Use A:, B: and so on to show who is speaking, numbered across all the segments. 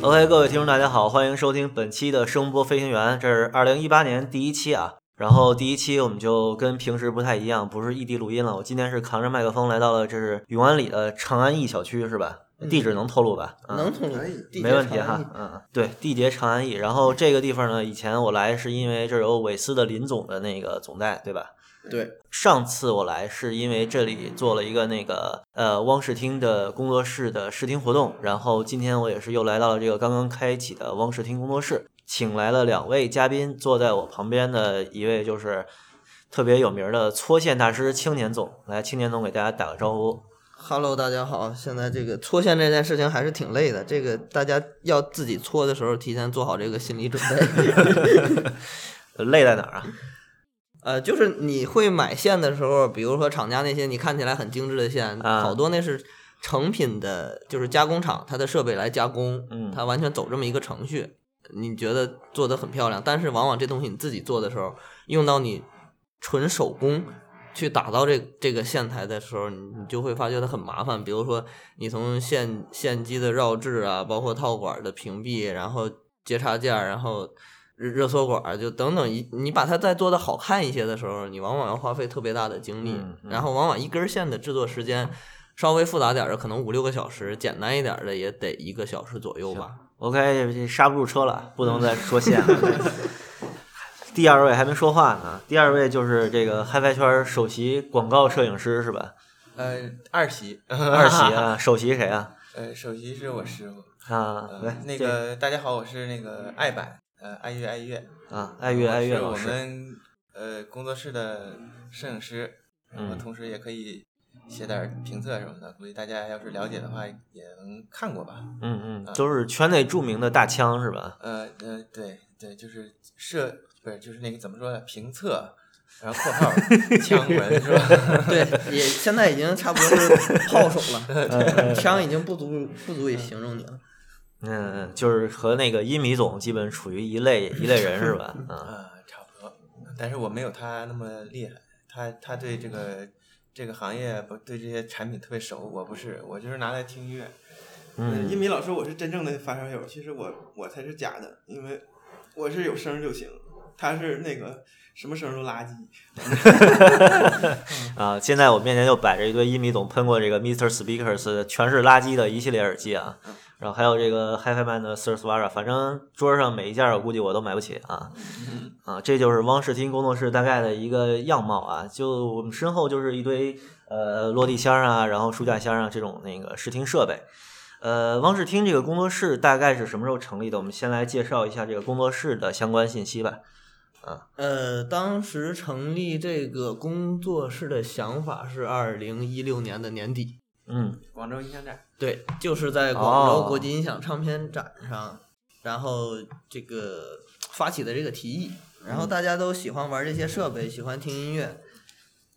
A: 嘿，各位听众，大家好，欢迎收听本期的声波飞行员，这是二零一八年第一期啊。然后第一期我们就跟平时不太一样，不是异地录音了。我今天是扛着麦克风来到了这是永安里的长安驿小区，是吧？地址能透露吧？嗯、
B: 能通
C: 可以
B: 地
A: 没
B: 铁
A: 问题
B: 长
A: 哈
B: 安驿，
A: 嗯，对，地节长安驿。然后这个地方呢，以前我来是因为这儿有韦斯的林总的那个总代，对吧？
B: 对，
A: 上次我来是因为这里做了一个那个呃汪视听的工作室的试听活动，然后今天我也是又来到了这个刚刚开启的汪视听工作室，请来了两位嘉宾，坐在我旁边的一位就是特别有名的搓线大师青年总，来，青年总给大家打个招呼。
B: Hello，大家好。现在这个搓线这件事情还是挺累的，这个大家要自己搓的时候，提前做好这个心理准备。
A: 累在哪儿啊？
B: 呃，就是你会买线的时候，比如说厂家那些你看起来很精致的线，
A: 啊
B: 好多那是成品的，就是加工厂它的设备来加工，
A: 嗯
B: 它完全走这么一个程序。你觉得做的很漂亮，但是往往这东西你自己做的时候，用到你纯手工去打造这这个线材的时候，你你就会发觉它很麻烦。比如说，你从线线机的绕制啊，包括套管的屏蔽，然后接插件儿，然后热热缩管儿，就等等一，你把它再做的好看一些的时候，你往往要花费特别大的精力，
A: 嗯嗯
B: 然后往往一根线的制作时间。稍微复杂点儿的可能五六个小时，简单一点儿的也得一个小时左右吧。
A: OK，这这刹不住车了，不能再说线了。 第二位还没说话呢，第二位就是这个嗨 i 圈首席广告摄影师是吧？
C: 呃，二席，
A: 二
C: 二
A: 席，啊，首席谁啊？
C: 呃，首席是我师傅。
A: 啊，
C: 呃
A: 来，
C: 那
A: 这
C: 个大家好，我是那个爱版，呃，爱乐爱乐，
A: 啊，爱乐爱乐
C: 是
A: 老
C: 我
A: 师，
C: 们呃工作室的摄影师，然后
A: 嗯
C: 同时也可以写点评测什么的，估计大家要是了解的话也能看过吧。
A: 嗯嗯，都是圈内著名的大枪是吧？
C: 呃呃，对对，就是摄不是就是那个怎么说呢？评测，然后括号 枪文是吧？
B: 对， 也现在已经差不多是炮手 了，枪已经不足不足以形容你了。
A: 嗯，嗯，就是和那个音米总基本处于一类一类人是吧？啊，
C: 啊，差不多，但是我没有他那么厉害，他他对这个这个行业不对这些产品特别熟，我不是，我就是拿来听音乐。
D: 嗯，
A: 嗯
C: 呃
D: 一米老师，我是真正的发烧友，其实我我才是假的，因为我是有声儿就行，他是那个什么声儿都垃圾。
A: 啊，现在我面前就摆着一堆音米总喷过这个 Mr. Speakers 全是垃圾的一系列耳机啊，然后还有这个 HiFiMan 的 s i r s v a r a 反正桌上每一件儿我估计我都买不起啊。啊，这就是汪士听工作室大概的一个样貌啊，就我们身后就是一堆呃落地箱啊，然后书架箱啊这种那个视听设备。呃，汪士听这个工作室大概是什么时候成立的？我们先来介绍一下这个工作室的相关信息吧。
B: 呃，当时成立这个工作室的想法是二零一六年的年底，
A: 嗯
C: 广州音像站，
B: 对，就是在广州
A: 哦
B: 国际音响唱片展上，然后这个发起的这个提议，然后大家都喜欢玩这些设备，喜欢听音乐，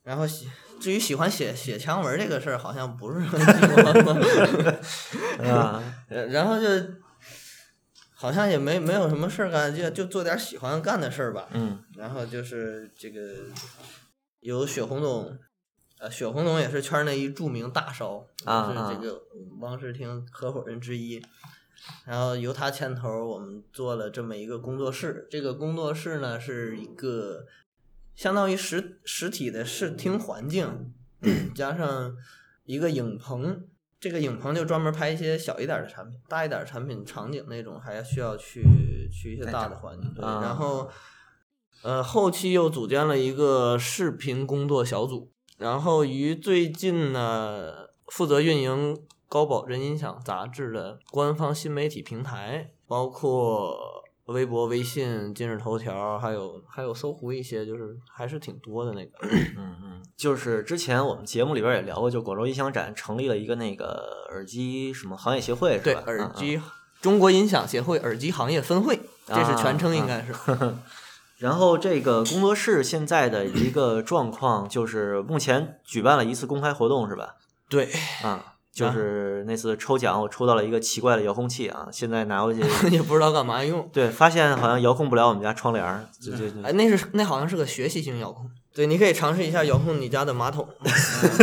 B: 然后喜至于喜欢写写腔文这个事儿，好像不是很喜欢。
A: 啊，
B: 呃 然后就好像也没没有什么事儿干，就就做点喜欢干的事儿吧。
A: 嗯
B: 然后就是这个有雪红总，呃，雪红总也是圈内一著名大烧，
A: 啊
B: 就是这个汪世听合伙人之一。然后由他牵头，我们做了这么一个工作室。这个工作室呢，是一个相当于实实体的视听环境，嗯加上一个影棚。这个影棚就专门拍一些小一点的产品，大一点的产品场景那种还要需要去去一些大的环境。对，
A: 啊
B: 然后呃，后期又组建了一个视频工作小组，然后于最近呢，负责运营高保真音响杂志的官方新媒体平台，包括微博、微信、今日头条，还有还有搜狐一些，就是还是挺多的那个。
A: 嗯嗯，就是之前我们节目里边也聊过，就广州音响展成立了一个那个耳机什么行业协会是
B: 对，
A: 吧？嗯
B: 耳机、嗯中国音响协会耳机行业分会，这
A: 啊
B: 是全称，应该是。
A: 然后这个工作室现在的一个状况就是目前举办了一次公开活动是吧？
B: 对，
A: 啊，就是那次抽奖，我抽到了一个奇怪的遥控器啊，现在拿回去，
B: 也不知道干嘛用。
A: 对，发现好像遥控不了我们家窗帘儿，就就就
B: 哎，那是那好像是个学习型遥控。对，你可以尝试一下遥控你家的马桶。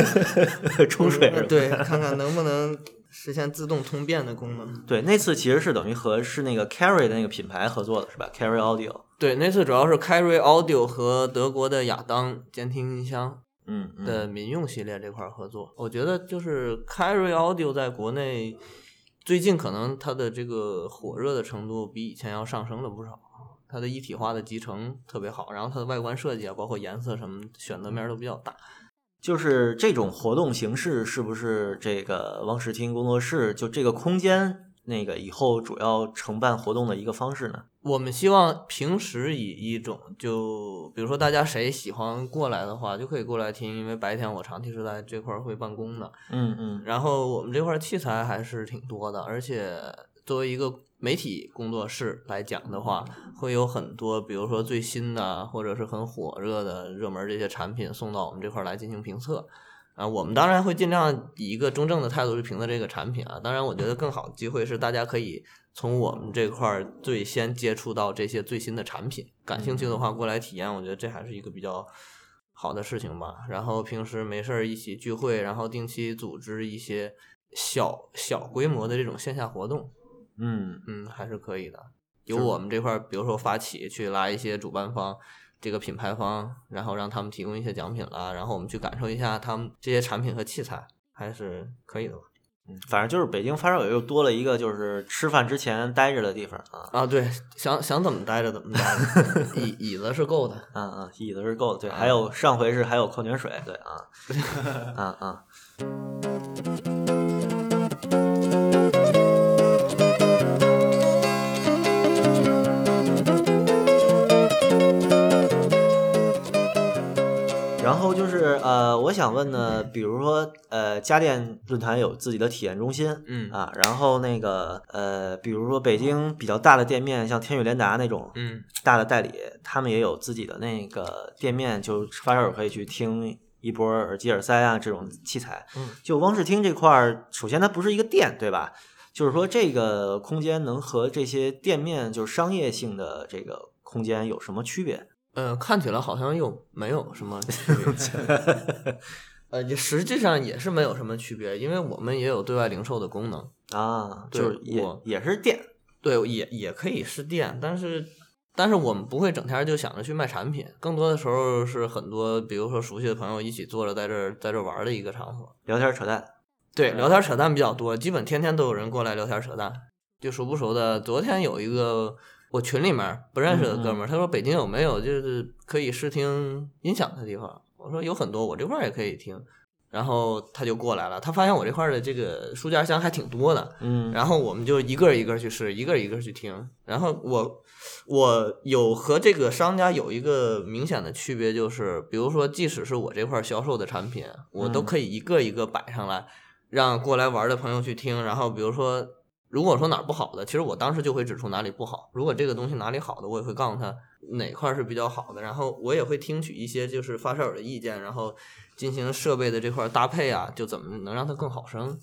A: 冲水是吧？
B: 嗯对，看看能不能实现自动通变的功能。
A: 对，那次其实是等于和是那个 Carry 的那个品牌合作的是吧？Carry Audio，
B: 对，那次主要是 Carry Audio 和德国的亚当监听音箱
A: 嗯，嗯
B: 的民用系列这块儿合作。我觉得就是 Carry Audio 在国内最近可能它的这个火热的程度比以前要上升了不少。它的一体化的集成特别好，然后它的外观设计啊，包括颜色什么选择面儿都比较大。
A: 就是这种活动形式，是不是这个王石听工作室就这个空间那个以后主要承办活动的一个方式呢？
B: 我们希望平时以一种就比如说大家谁喜欢过来的话，就可以过来听，因为白天我长期是在这块儿会办公的。
A: 嗯嗯
B: 然后我们这块儿器材还是挺多的，而且作为一个媒体工作室来讲的话，会有很多，比如说最新的啊或者是很火热的热门这些产品送到我们这块儿来进行评测。啊，我们当然会尽量以一个中正的态度去评测这个产品啊。当然，我觉得更好的机会是大家可以从我们这块儿最先接触到这些最新的产品，感兴趣的话过来体验，我觉得这还是一个比较好的事情吧。然后平时没事儿一起聚会，然后定期组织一些小小规模的这种线下活动，
A: 嗯，
B: 嗯，还是可以的。由我们这块儿，比如说发起去拉一些主办方、这个品牌方，然后让他们提供一些奖品啦，然后我们去感受一下他们这些产品和器材，还是可以的吧？
A: 反正就是北京发烧友又多了一个就是吃饭之前待着的地方啊。
B: 啊，对，想想怎么待着怎么待着， 椅椅子是够的。
A: 啊啊，椅子是够的，对，还有上回是还有矿泉水，对啊，啊啊。然后就是呃，我想问呢，比如说呃，家电论坛有自己的体验中心，
B: 嗯
A: 啊，然后那个呃，比如说北京比较大的店面，像天宇联达那种，
B: 嗯，
A: 大的代理，他们也有自己的那个店面，就发烧友可以去听一波耳机、耳塞啊这种器材。
B: 嗯，
A: 就汪视听这块儿，首先它不是一个店，对吧？就是说这个空间能和这些店面就是商业性的这个空间有什么区别？
B: 呃，看起来好像又没有什么区别呃，也实际上也是没有什么区别，因为我们也有对外零售的功能。
A: 啊，
B: 对
A: 就是也
B: 我
A: 也是店，
B: 对，也也可以是店，但是但是我们不会整天就想着去卖产品，更多的时候是很多，比如说熟悉的朋友一起坐着在这儿在这儿玩儿的一个场所。
A: 聊天扯淡。
B: 对，聊天扯淡比较多，基本天天都有人过来聊天扯淡，就熟不熟的。昨天有一个我群里面不认识的哥们儿，他说北京有没有就是可以试听音响的地方？我说有很多，我这块儿也可以听。然后他就过来了，他发现我这块儿的这个书架箱还挺多的，
A: 嗯，
B: 然后我们就一个一个去试，一个一个去听。然后我我有和这个商家有一个明显的区别，就是比如说，即使是我这块销售的产品，我都
A: 嗯
B: 可以一个一个摆上来，让过来玩的朋友去听。然后比如说，如果说哪儿不好的，其实我当时就会指出哪里不好。如果这个东西哪里好的，我也会告诉他哪块是比较好的。然后我也会听取一些就是发烧友的意见，然后进行设备的这块搭配啊，就怎么能让它更好声。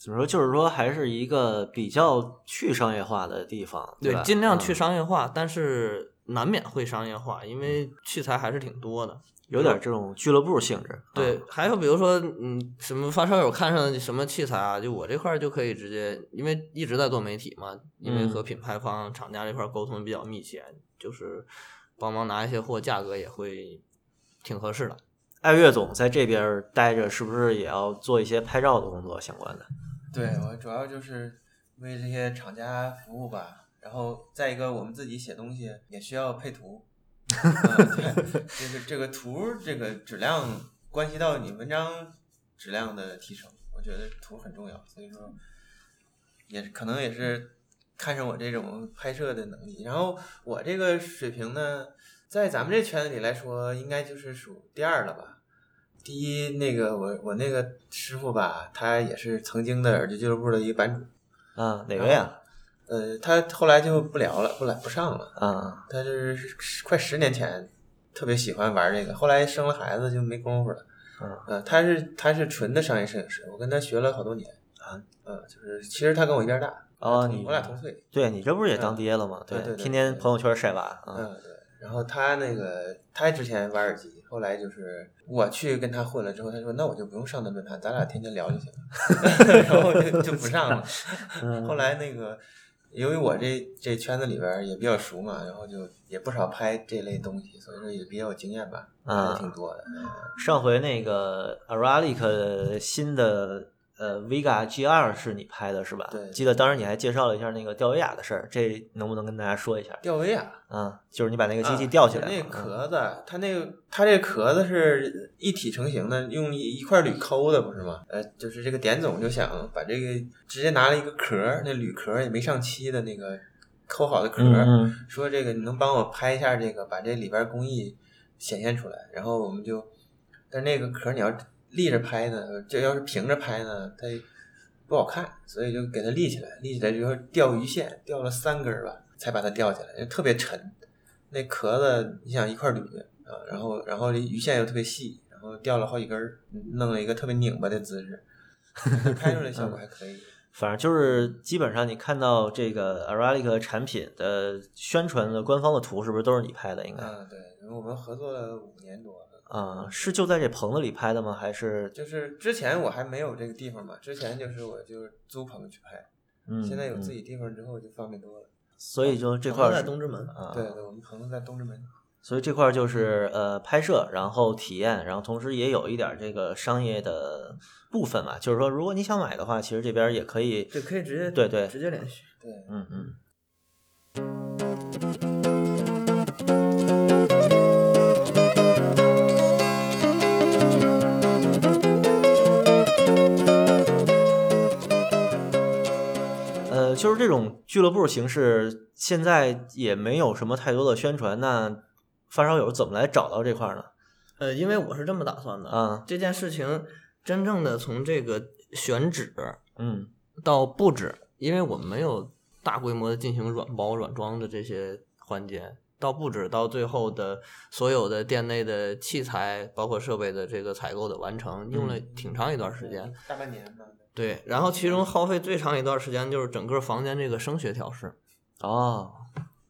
A: 怎么说？就是说还是一个比较去商业化的地方，
B: 对
A: 吧？，
B: 尽量
A: 嗯
B: 去商业化，但是难免会商业化，因为器材还是挺多的。
A: 有点这种俱乐部性质。嗯
B: 对，还有比如说，嗯，什么发烧友看上什么器材啊，就我这块儿就可以直接，因为一直在做媒体嘛，因为
A: 嗯
B: 和品牌方、厂家这块儿沟通比较密切，就是帮忙拿一些货，价格也会挺合适的。
A: 爱乐总在这边儿待着，是不是也要做一些拍照的工作相关的？
C: 对我主要就是为这些厂家服务吧，然后再一个我们自己写东西也需要配图， 嗯、对，这个这个图这个质量关系到你文章质量的提升，我觉得图很重要，所以说也是可能也是看上我这种拍摄的能力，然后我这个水平呢，在咱们这圈子里来说，应该就是属第二了吧，第一，那个我我那个师傅吧，他也是曾经的耳机俱乐部的一个版主，
A: 啊，哪个呀？
C: 呃，他后来就不聊了，不来不上了。
A: 啊，
C: 他就是十快十年前特别喜欢玩这个，后来生了孩子就没工夫了。
A: 嗯
C: 呃，他是他是纯的商业摄影师，我跟他学了好多年
A: 啊，
C: 呃，就是其实他跟我一边大，
A: 哦
C: 同
A: 你
C: 我俩同岁，
A: 对你这不是也当爹了吗？
C: 对对对嗯
A: 天天朋友圈晒娃啊。
C: 嗯，对。然后他那个，他之前玩耳机，后来就是我去跟他混了之后，他说那我就不用上那论坛，咱俩天天聊就行了， 然后就就不 上了。
A: 嗯
C: 后来那个，由于我这这圈子里边儿也比较熟嘛，然后就也不少拍这类东西，所以说也比较有经验吧，
A: 啊
C: 还挺多的。
A: 上回那个 Aralic 新的呃 Vega G 二是你拍的是吧？
C: 对
A: 记得当时你还介绍了一下那个吊威亚的事儿，这能不能跟大家说一下？
C: 吊威亚，
A: 啊，就是你把那个机器
C: 啊
A: 吊起来嘛，
C: 那个
A: 嗯
C: 壳子，它那个它这个壳子是一体成型的，用一一块铝抠的，不是吗？呃，就是这个典总就想把这个直接拿了一个壳儿，那铝壳儿也没上漆的那个抠好的壳儿，
A: 嗯嗯
C: 说这个你能帮我拍一下这个，把这里边工艺显现出来。然后我们就，但那个壳你要立着拍呢，这要是平着拍呢，它不好看，所以就给它立起来。立起来之后钓鱼线，钓了三根儿吧，才把它钓起来，就特别沉。那壳子你想一块铝啊，然后然后这鱼线又特别细，然后钓了好几根儿，弄了一个特别拧巴的 姿势，拍出来效果
A: 嗯
C: 还可以。
A: 反正就是基本上你看到这个 Aralic 产品的宣传的官方的图，是不是都是你拍的？应该
C: 啊，对，因为我们合作了五年多了。
A: 啊，是就在这棚子里拍的吗？还是
C: 就是之前我还没有这个地方嘛，之前就是我就是租棚去拍，
A: 嗯，
C: 现在有
A: 嗯，
C: 自己地方之后就方便多了。
A: 所以就这
B: 这
A: 块
B: 块
A: 儿
B: 在
A: 是
B: 东直门，
A: 啊，
C: 对对，我们棚子在东直门。
A: 所以这块儿就是呃拍摄，然后体验，然后同时也有一点儿这个商业的部分嘛，就是说如果你想买的话，其实这边儿也可以，
B: 对，可以直接
A: 对对
B: 直接联系。
C: 对，
A: 嗯嗯。呃，就是这种俱乐部形式，现在也没有什么太多的宣传。那发烧友怎么来找到这块儿呢？
B: 呃，因为我是这么打算的，
A: 啊，
B: 这件事情真正的从这个选址
A: 嗯
B: 到布置，因为我们没有大规模的进行软包、软装的这些环节，到布置到最后的所有的店内的器材，包括设备的这个采购的完成，用
A: 嗯
B: 了挺长一段时间。
C: 大半年吧。
B: 对，然后其中耗费最长一段时间就是整个房间这个声学调试。
A: 哦，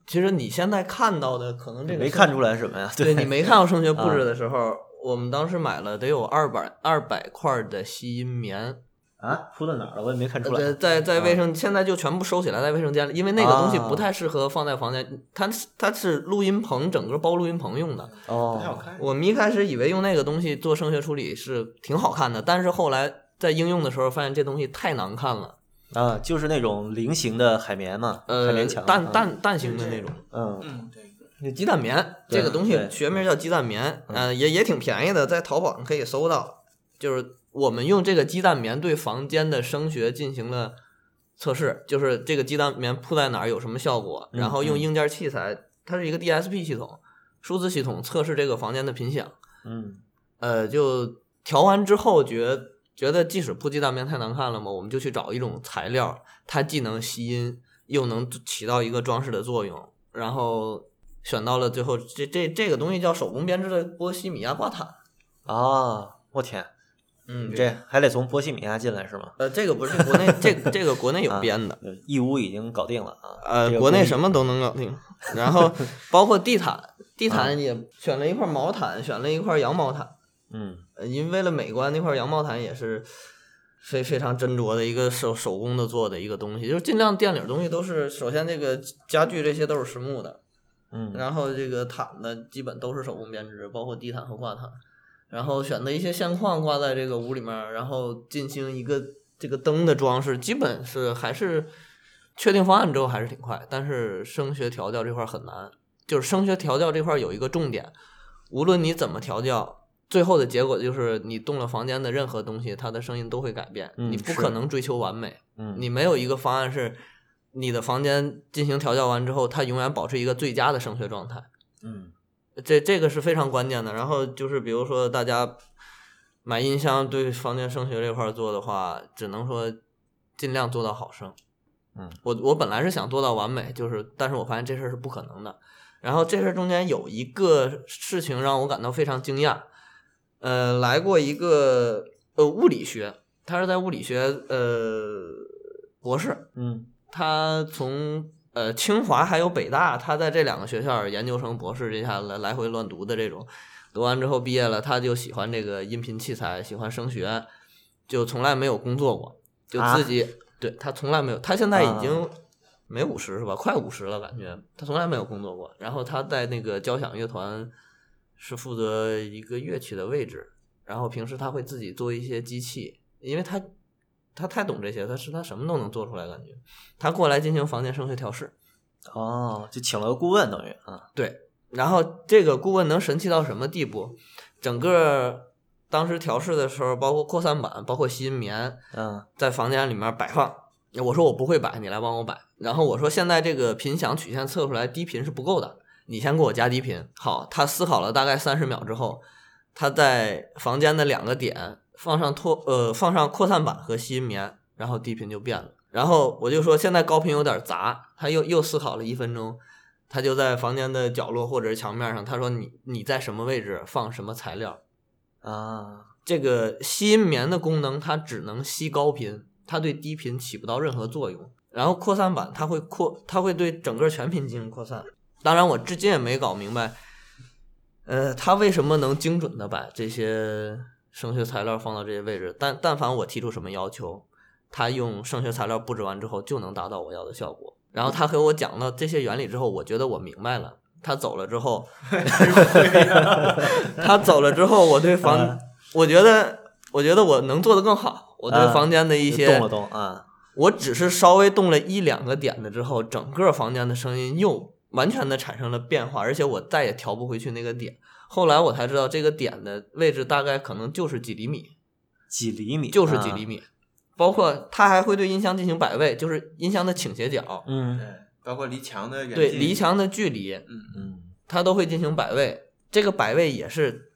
B: 其实你现在看到的可能这个
A: 没
B: 声
A: 看出来啊什么呀？
B: 对你 没看到声学布置的时候，我们当时买了得有二百二百块的吸音棉，
A: 啊，铺到哪儿了？我也没看出来
B: 在。在在卫生、现在就全部收起来，在卫生间里，因为那个东西
A: 啊
B: 不太适合放在房间，它是它是录音棚整个包录音棚用的。
C: 不太好
A: 哦，
C: 看。
B: 我们一开始以为用那个东西做声学处理是挺好看的，但是后来在应用的时候发现这东西太难看了，
A: 啊，就是那种菱形的海绵嘛，海
B: 呃
A: 绵墙，，啊
B: 蛋蛋蛋形的那种。
A: 嗯，嗯，
C: 嗯，对。
B: 那鸡蛋棉
A: 对
B: 这个东西
A: 对嗯
B: 学名叫鸡蛋棉，呃，也也挺便宜的，在淘宝上可以搜到。就是我们用这个鸡蛋棉对房间的声学进行了测试，就是这个鸡蛋棉铺在哪儿有什么效果，
A: 嗯
B: 然后用
A: 嗯
B: 硬件器材，它是一个 DSP 系统数字系统测试这个房间的频响。
A: 嗯，
B: 呃，就调完之后觉觉得即使铺鸡蛋面太难看了嘛，我们就去找一种材料，它既能吸音，又能起到一个装饰的作用，然后选到了最后这这这个东西叫手工编织的波西米亚挂毯。
A: 啊，我天，
B: 嗯
A: 你这还得从波西米亚进来是吗？
B: 呃，这个不是国内，这这个国内有编的，
A: 呃义乌已经搞定了啊，
B: 呃
A: 这，个
B: 国内
A: 工艺
B: 什么都能搞定，然后包括地毯，地
A: 啊
B: 毯也选了一块毛毯，选了一块羊毛毯，
A: 嗯
B: 呃因为了美观，那块羊毛毯也是非非常斟酌的一个手手工的做的一个东西，就是尽量店里儿东西都是，首先这个家具这些都是实木的，
A: 嗯
B: 然后这个毯子基本都是手工编织，包括地毯和挂毯，然后选择一些相框挂在这个屋里面儿，然后进行一个这个灯的装饰，基本是还是确定方案之后还是挺快，但是声学调教这块儿很难，就是声学调教这块儿有一个重点，无论你怎么调教。最后的结果就是，你动了房间的任何东西，它的声音都会改变。
A: 嗯
B: 你不
A: 是
B: 可能追求完美，
A: 嗯，
B: 你没有一个方案是你的房间进行调教完之后，它永远保持一个最佳的声学状态，
A: 嗯
B: 这这个是非常关键的。然后就是比如说大家买音箱对房间声学这块儿做的话，只能说尽量做到好声。
A: 嗯，
B: 我我本来是想做到完美，就是但是我发现这事儿是不可能的。然后这事儿中间有一个事情让我感到非常惊讶，呃，来过一个呃物理学，他是在物理学呃博士，
A: 嗯
B: 他从呃清华还有北大，他在这两个学校研究生博士这下来来回乱读的这种，读完之后毕业了，他就喜欢这个音频器材，喜欢声学，就从来没有工作过，就
A: 啊
B: 自己、对他从来没有，他现在已经
A: 啊
B: 没五十是吧？快五十了，感觉他从来没有工作过。然后他在那个交响乐团是负责一个乐器的位置，然后平时他会自己做一些机器，因为他他太懂这些，他是他什么都能做出来，感觉他过来进行房间声学调试。
A: 哦，就请了个顾问等于啊，
B: 对，然后这个顾问能神奇到什么地步？整个当时调试的时候，包括扩散板，包括吸音棉，
A: 嗯
B: 在房间里面摆放。我说我不会摆，你来帮我摆。然后我说现在这个频响曲线测出来低频是不够的，你先给我加低频。好，他思考了大概三十秒之后，他在房间的两个点放上拓呃放上扩散板和吸音棉，然后低频就变了。然后我就说现在高频有点杂，他又又思考了一分钟，他就在房间的角落或者是墙面上，他说你你在什么位置放什么材料，
A: 啊，
B: 这个吸音棉的功能，它只能吸高频，它对低频起不到任何作用。然后扩散板它会扩，它会对整个全频进行扩散。当然，我至今也没搞明白，呃，它为什么能精准的把这些声学材料放到这些位置？但但凡我提出什么要求，它用声学材料布置完之后就能达到我要的效果。然后他和我讲了这些原理之后，我觉得我明白了。他走了之后， 他走了之后，我对房，
A: 嗯
B: 我觉得，我觉得我能做得更好。我对
A: 嗯
B: 房间的一
A: 就
B: 些，
A: 动了动啊，
B: 我只是稍微动了一两个点的之后，整个房间的声音又完全的产生了变化，而且我再也调不回去那个点。后来我才知道，这个点的位置大概可能就是几厘米，
C: 嗯
A: 几厘米啊
B: 就是几厘
A: 米，
B: 米。包括它还会对音箱进行摆位，就是音箱的倾斜角，
A: 嗯
C: 对，包括离墙的远近，
B: 对离墙的距离，
A: 嗯
B: 它都会进行摆位。这个摆位也是，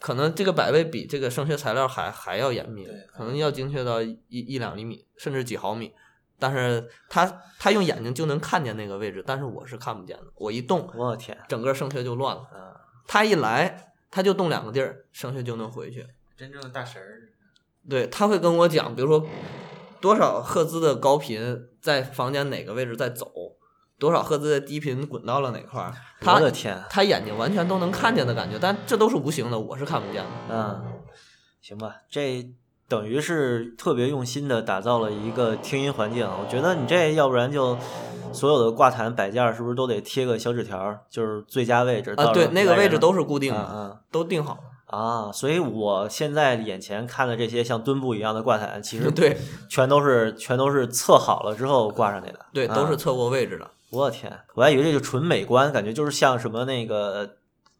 B: 可能这个摆位比这个声学材料还还要严密
C: 对，
B: 可能要精确到一一两厘米，甚至几毫米。但是他他用眼睛就能看见那个位置，但是我是看不见的。我一动，
A: 我的天，
B: 整个声学就乱了。
A: 啊，
B: 他一来，他就动两个地儿，声学就能回去。
C: 真正的大神儿，
B: 对，他会跟我讲，比如说多少赫兹的高频在房间哪个位置在走，多少赫兹的低频滚到了哪块儿。他
A: 我的天，
B: 他眼睛完全都能看见的感觉，但这都是无形的，我是看不见的。
A: 嗯，行吧，这等于是特别用心的打造了一个听音环境。啊我觉得你这要不然就所有的挂毯摆件儿是不是都得贴个小纸条儿，就是最佳位置
B: 啊，对，那个位置都是固定
A: 定
B: 的，
A: 啊
B: 都定好了。
A: 啊，所以我现在眼前看的这些像墩布一样的挂毯，其实
B: 对
A: 全都是全都是测好了之后挂上去的。
B: 对，
A: 啊
B: 都是测过位置的。
A: 我天，我还以为这就纯美观，感觉就是像什么那个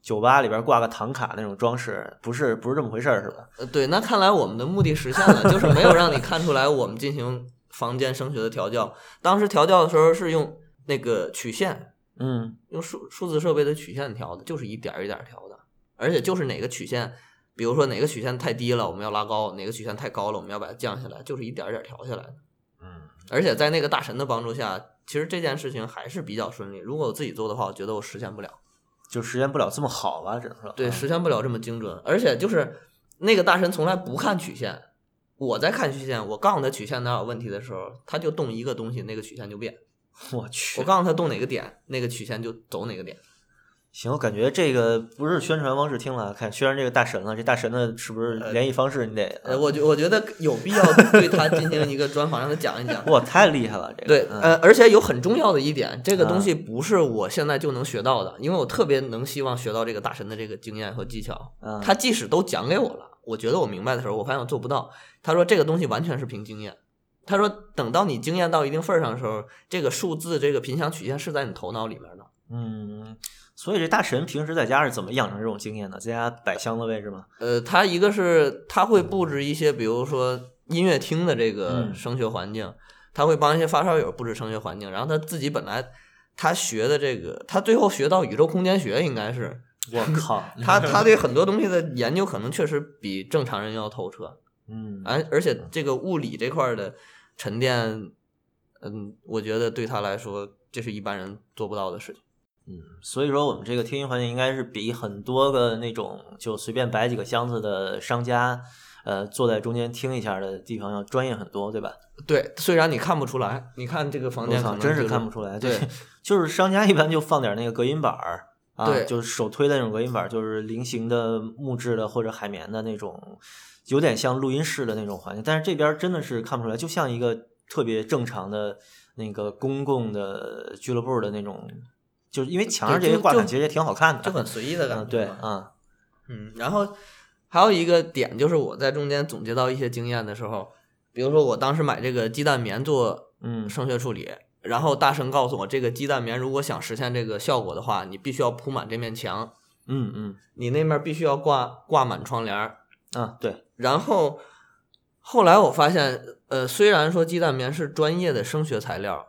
A: 酒吧里边挂个唐卡那种装饰，不是不是这么回事儿，是吧？
B: 呃，对，那看来我们的目的实现了，就是没有让你看出来我们进行房间声学的调教。当时调教的时候是用那个曲线，
A: 嗯
B: 用数数字设备的曲线调的，就是一点儿一点儿调的，而且就是哪个曲线，比如说哪个曲线太低了，我们要拉高；哪个曲线太高了，我们要把它降下来，就是一点儿一点儿调下来的。
A: 嗯，
B: 而且在那个大神的帮助下，其实这件事情还是比较顺利。如果我自己做的话，我觉得我实现不了，
A: 就实现不了这么好吧，只能说
B: 对，
A: 啊
B: 实现不了这么精准。而且就是那个大神从来不看曲线，我在看曲线，我告诉他曲线哪有问题的时候，他就动一个东西，那个曲线就变；
A: 我
B: 我
A: 去，
B: 告诉他动哪个点，那个曲线就走哪个点。
A: 行，我感觉这个不是宣传方式听了，啊看宣传这个大神了，这大神的是不是联系方式你得？
B: 呃，我觉我觉得有必要对他进行一个专访，让他讲一讲。
A: 哇，太厉害了，这个
B: 对，
A: 嗯
B: 呃，而且有很重要的一点，这个
A: 啊
B: 东西不是我现在就能学到的，因为我特别能希望学到这个大神的这个经验和技巧。
A: 嗯
B: 他即使都讲给我了，我觉得我明白的时候，我发现我做不到。他说这个东西完全是凭经验。他说等到你经验到一定份儿上的时候，这个数字这个频响曲线是在你头脑里面的。
A: 嗯，所以这大神平时在家是怎么养成这种经验的？在家摆箱的位置吗？
B: 呃，他一个是他会布置一些，比如说音乐厅的这个
A: 嗯
B: 声学环境，他会帮一些发烧友布置声学环境。然后他自己本来他学的这个，他最后学到宇宙空间学应该是。
A: 我靠，
B: 他他对很多东西的研究可能确实比正常人要透彻，
A: 嗯，
B: 而而且这个物理这块儿的沉淀，嗯，我觉得对他来说，这是一般人做不到的事情。
A: 嗯所以说我们这个听音环境应该是比很多个那种就随便摆几个箱子的商家，呃，坐在中间听一下的地方要专业很多，对吧？
B: 对，虽然你看不出来，你看这个房
A: 我
B: 间可
A: 操，
B: 能
A: 真
B: 就 是
A: 看不出来，
B: 对
A: 就，就是商家一般就放点那个隔音板儿，啊，
B: 对
A: 就是手推的那种隔音板，就是菱形的木质的或者海绵的那种，有点像录音室的那种环境。但是这边真的是看不出来，就像一个特别正常的那个公共的俱乐部的那种，就是因为墙上这
B: 对
A: 些
B: 就
A: 挂
B: 就
A: 板其实也挺好看的，
B: 就很随意的感觉
A: 嗯，对
B: 嘛
A: 啊，
B: 嗯，然后还有一个点就是我在中间总结到一些经验的时候，比如说我当时买这个鸡蛋棉做
A: 嗯
B: 声学处理，然后大神告诉我，这个鸡蛋棉如果想实现这个效果的话，你必须要铺满这面墙，
A: 嗯嗯
B: 你那面必须要挂挂满窗帘儿。
A: 啊，对，
B: 然后后来我发现，呃，虽然说鸡蛋棉是专业的声学材料，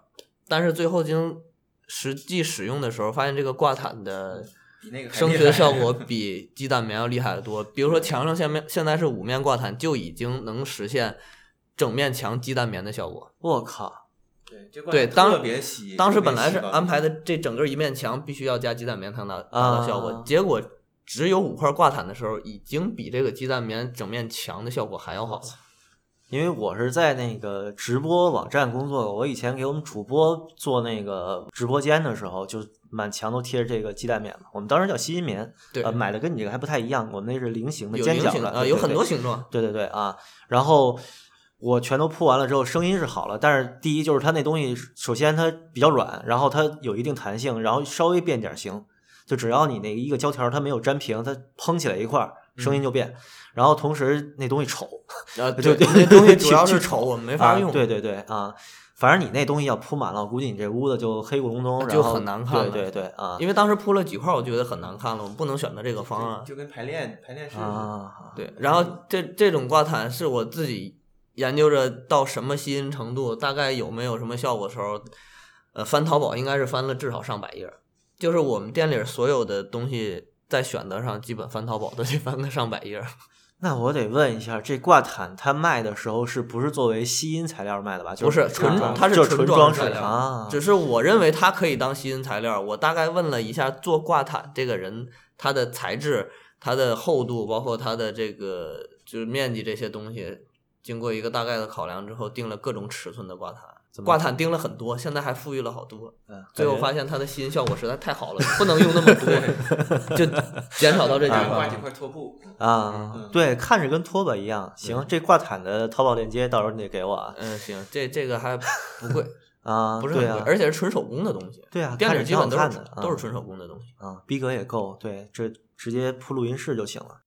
B: 但是最后经实际使用的时候，发现这个挂毯的
C: 比那个还
B: 声
C: 厉害
B: 学效 果比鸡蛋棉要厉害得多。比如说墙上下面现在是五面挂毯，就已经能实现整面墙鸡蛋棉的效果。
A: 我靠，
C: 对，这罐
B: 对
C: 头
B: 当
C: 特别稀。
B: 当时
C: 特别
B: 本来是
C: 稀薄
B: 安排的这整个一面墙必须要加鸡蛋棉才能达达
A: 啊
B: 到效果，结果只有五块挂毯的时候，已经比这个鸡蛋棉整面墙的效果还要好。
A: 啊因为我是在那个直播网站工作，我以前给我们主播做那个直播间的时候，就满墙都贴着这个鸡蛋棉嘛。我们当时叫吸音棉，
B: 对，
A: 呃，买的跟你这个还不太一样，我们那是菱形的
B: 有
A: 尖
B: 菱
A: 角
B: 形
A: 的，
B: 啊，
A: 对
B: 有
A: 对
B: 很
A: 对
B: 多 形状。
A: 对对对啊，然后我全都铺完了之后，声音是好了，但是第一就是它那东西，首先它比较软，然后它有一定弹性，然后稍微变点形，就只要你那一个胶条它没有粘平，它蓬起来一块儿，声
B: 嗯
A: 音就变。然后同时那东西丑，
B: 啊，
A: 就
B: 对，
A: 对
B: 那东西主
A: 去
B: 要
A: 去
B: 是
A: 瞅
B: 丑，我们没法用。
A: 啊。对对对啊，反正你那东西要铺满了，我估计你这屋子就黑咕隆咚，然后
B: 就很难看了
A: 对对对啊
B: 因为当时铺了几块，我觉得很难看了，我们不能选择这个方啊案。
C: 就跟排练排练室似的
A: 啊，
B: 对，然后这这种挂毯是我自己研究着到什么吸音程度，大概有没有什么效果的时候，呃，翻淘宝应该是翻了至少上百页儿，就是我们店里所有的东西在选择上，基本翻淘宝都得翻个上百页儿。
A: 那我得问一下，这挂毯它卖的时候是不是作为吸音材料卖的吧？就
B: 不是纯
A: 装，
B: 装，它
A: 是
B: 是
A: 就是纯
B: 装
A: 水
B: 材料
A: 啊。
B: 只是我认为它可以当吸音材料。我大概问了一下做挂毯这个人，他的材质、它的厚度，包括它的这个就是面积这些东西，经过一个大概的考量之后，定了各种尺寸的挂毯。
A: 怎么
B: 挂毯定了很多，现在还富裕了好多。
A: 嗯
B: 最后
A: 感觉
B: 发现它的吸音效果实在太好了，不能用那么多， 就减少到这几
C: 上面挂
B: 块
C: 几。块拖布，
A: 啊
C: 嗯，
A: 对，看着跟拖把一样。行，这挂毯的淘宝链接到时候你得给我啊。
B: 嗯，行，这这个还不 贵，
A: 啊，
B: 不是很
A: 对
B: 贵，
A: 啊，
B: 而且是纯手工的东西。
A: 对啊，
B: 店
A: 看着
B: 里基
A: 挺好
B: 本都
A: 看
B: 是
A: 的，
B: 都
A: 啊
B: 是纯手工的东西。
A: 啊，逼格也够。对，这直接铺录音室就行了。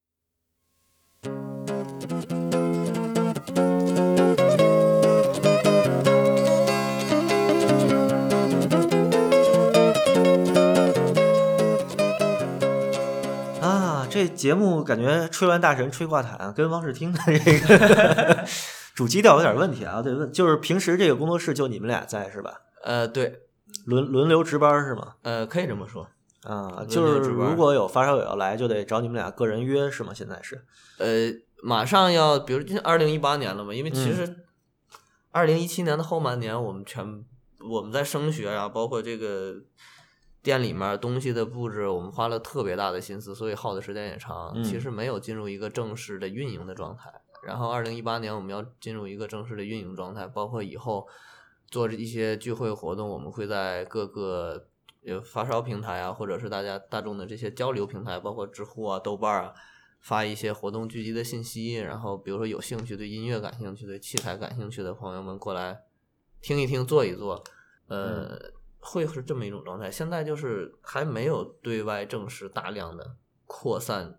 A: 啊，这节目感觉吹完大神吹挂毯，跟汪世听的这个 主基调有点问题啊。对，问就是平时这个工作室就你们俩在是吧？
B: 呃，对，
A: 轮轮流值班是吗？
B: 呃，可以这么说。
A: 啊，
B: 轮
A: 就
B: 流
A: 是
B: 值班
A: 如果有发烧友要来，就得找你们俩个人约是吗？现在是
B: 呃，马上要，比如今二零一八年了嘛，因为其实二零一七年的后半年，我们全我们在升学啊，包括这个店里面东西的布置，我们花了特别大的心思，所以耗的时间也长。
A: 嗯
B: 其实没有进入一个正式的运营的状态。然后二零一八年我们要进入一个正式的运营状态，包括以后做一些聚会活动，我们会在各个有发烧平台啊，或者是大家大众的这些交流平台，包括知乎啊、豆瓣儿啊，发一些活动聚集的信息。然后比如说有兴趣、对音乐感兴趣、对器材感兴趣的朋友们过来听一听、坐一坐，呃。会是这么一种状态，现在就是还没有对外正式大量的扩散，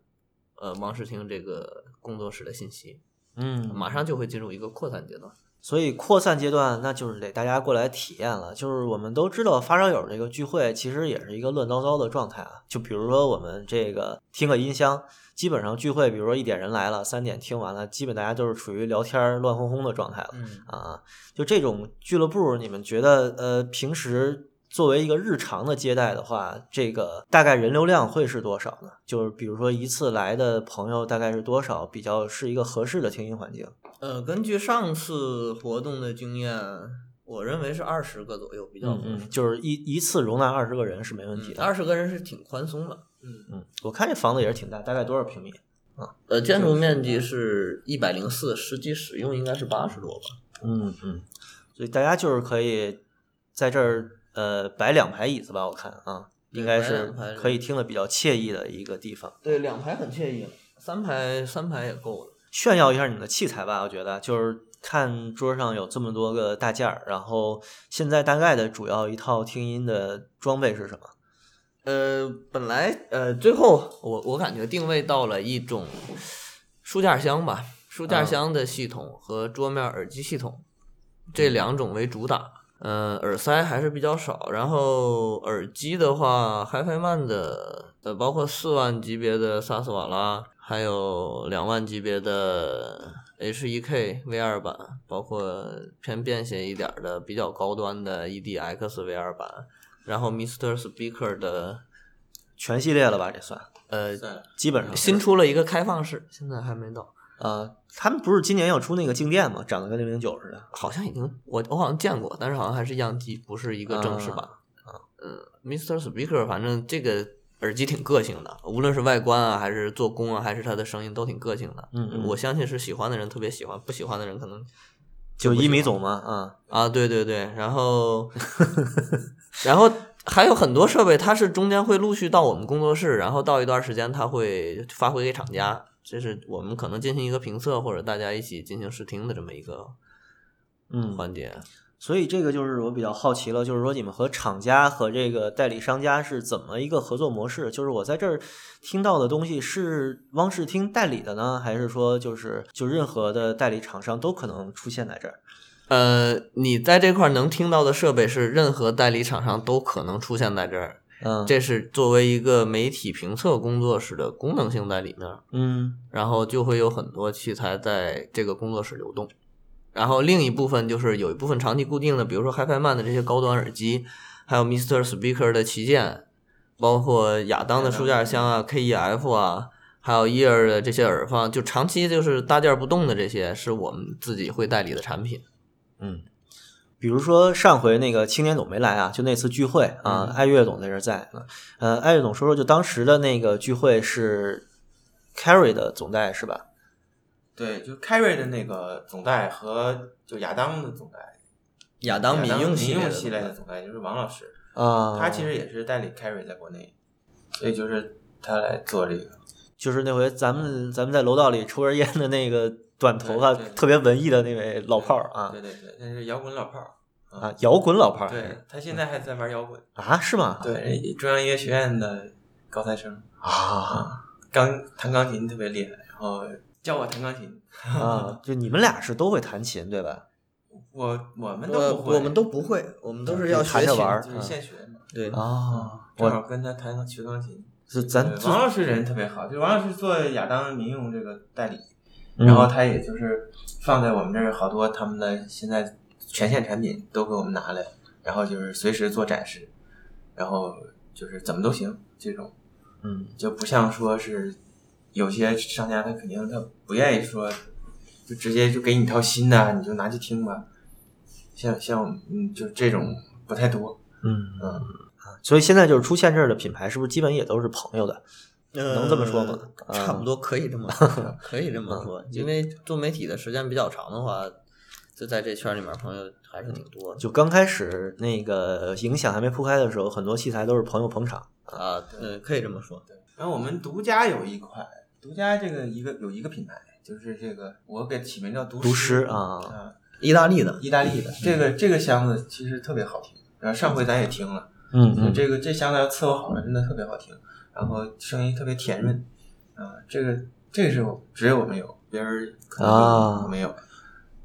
B: 呃，王世听这个工作室的信息。
A: 嗯
B: 马上就会进入一个扩散阶段。
A: 所以扩散阶段，那就是得大家过来体验了。就是我们都知道发烧友这个聚会其实也是一个乱糟糟的状态啊。就比如说我们这个听个音箱，基本上聚会，比如说一点人来了，三点听完了，基本大家都是处于聊天儿乱哄哄的状态了。
B: 嗯，
A: 啊，就这种俱乐部，你们觉得呃，平时作为一个日常的接待的话，这个大概人流量会是多少呢？就是比如说一次来的朋友大概是多少，比较是一个合适的听音环境？
B: 呃，根据上次活动的经验，我认为是二十个左右比较合适。
A: 嗯，就是一一次容纳二十个人是没问题的。
B: 二十个人是挺宽松的。
A: 嗯，我看这房子也是挺大，大概多少平米？
B: 呃，建筑面积是一百零四，实际使用应该是八十多吧。
A: 嗯嗯，所以大家就是可以在这儿呃摆两排椅子吧，我看啊，应该
B: 对
A: 是
B: 两排
A: 可以听得比较惬意的一个地方。
B: 对两排很惬意，三排三排也够了。
A: 炫耀一下你们的器材吧，我觉得就是看桌上有这么多个大件儿，然后现在大概的主要一套听音的装备是什么？
B: 呃，本来呃，最后我我感觉定位到了一种书架箱吧，书架
A: 嗯
B: 箱的系统和桌面耳机系统、这两种为主打。呃，耳塞还是比较少，然后耳机的话，HiFi Man 的呃，包括四万级别的萨斯瓦拉，还有两万级别的 E H1K V2 版，包括偏便携一点儿的比较高端的 E EDX V2 版，然后 Mr. Speaker 的
A: 全系列了吧？这算
B: 呃
C: 算了，
A: 基本上是
B: 新出了一个开放式，现在还没到，
A: 呃，他们不是今年要出那个静电吗？长得跟零零九似的。
B: 好像已经我我好像见过，但是好像还是样机，不是一个正式版。嗯，Mr. Speaker 反正这个耳机挺个性的，无论是外观啊，还是做工啊，还是它的声音都挺个性的。
A: 嗯嗯
B: 我相信是喜欢的人特别喜欢，不喜欢的人可能
A: 就一米总嘛，啊、
B: 啊，对对对，然后， 然后还有很多设备，它是中间会陆续到我们工作室，然后到一段时间，它会发回给厂家，这是我们可能进行一个评测或者大家一起进行试听的这么一个
A: 嗯
B: 环节。
A: 所以这个就是我比较好奇了，就是说你们和厂家和这个代理商家是怎么一个合作模式？就是我在这儿听到的东西是汪视听代理的呢，还是说就是就任何的代理厂商都可能出现在这儿？
B: 呃，你在这块儿能听到的设备是任何代理厂商都可能出现在这儿，
A: 嗯，
B: 这是作为一个媒体评测工作室的功能性在里面。
A: 嗯
B: 然后就会有很多器材在这个工作室流动。然后另一部分就是有一部分长期固定的，比如说 HiFi Man 的这些高端耳机，还有 Mr. Speaker 的旗舰，包括亚当的书架箱啊、KEF 啊，还有 Ear 的这些耳放，就长期就是搭件不动的这些，是我们自己会代理的产品。
A: 嗯，比如说上回那个青年总没来啊，就那次聚会啊，爱乐总在这儿在呢。呃，爱乐总说说就当时的那个聚会是 Carry 的总代是吧？
C: 对，就凯瑞的那个总代和就亚当的总代，
B: 亚当
C: 亚
B: 民
C: 当
B: 用
C: 民
B: 系
C: 用
B: 列
C: 系
B: 系
C: 列的总代就是王老师，
B: 哦
A: 啊、
C: 他其实也是代理凯瑞在国内，所以就是他来做这个。
A: 就是那回咱们咱们在楼道里抽根烟的那个短头发
C: 对对
A: 特别文艺的那位老炮儿啊
C: 对对对，那是摇滚老炮儿。
A: 啊，摇滚老炮儿
C: 对他现在还在玩摇滚，
A: 啊是吗？
C: 对中央音乐学院的高材生，
A: 啊
C: 钢弹钢琴特别厉害，然后教我弹钢琴，
A: 啊，就你们俩是都会弹琴对吧？
C: 我我们
B: 我
C: 都不会，
B: 我们都不会，我们都是
A: 就
B: 要
A: 谈
B: 学
A: 着
B: 习嗯
A: 玩儿
C: 就是现学嘛，
B: 对，
A: 啊，
C: 正
A: 我
C: 好跟他弹学钢琴。
A: 是咱
C: 对
A: 就
C: 王老师人特别好，就是王老师做亚当民用这个代理，
A: 嗯
C: 然后他也就是放在我们这儿好多他们的现在全线产品都给我们拿来，然后就是随时做展示，然后就是怎么都行这种，
A: 嗯
C: 就不像说是有些商家他肯定他不愿意说，就直接就给你一套新的、你就拿去听吧，像像我们嗯就这种不太多，
A: 嗯
C: 嗯
A: 啊，所以现在就是出现这儿的品牌是不是基本也都是朋友的？能这么说吗
B: 呃嗯 差不多可以这么说，可以这么说，因为做媒体的时间比较长的话，就在这圈里面朋友还是挺多的
A: 就刚开始那个影响还没铺开的时候，很多器材都是朋友捧场。
B: 啊。嗯，可以这么说。
C: 然后我们独家有一款，独家这个一个有一个品牌，就是这个我给起名叫读
A: 读诗啊
C: 啊，
B: 意大利的
C: 意大利的这个这个箱子其实特别好听，然后上回咱也听了，
A: 嗯
C: 就这个这箱子要伺候好了，真的特别好听，然后声音特别甜润，啊，这个这个是我只有我们有，别人可能
A: 啊
C: 就没有，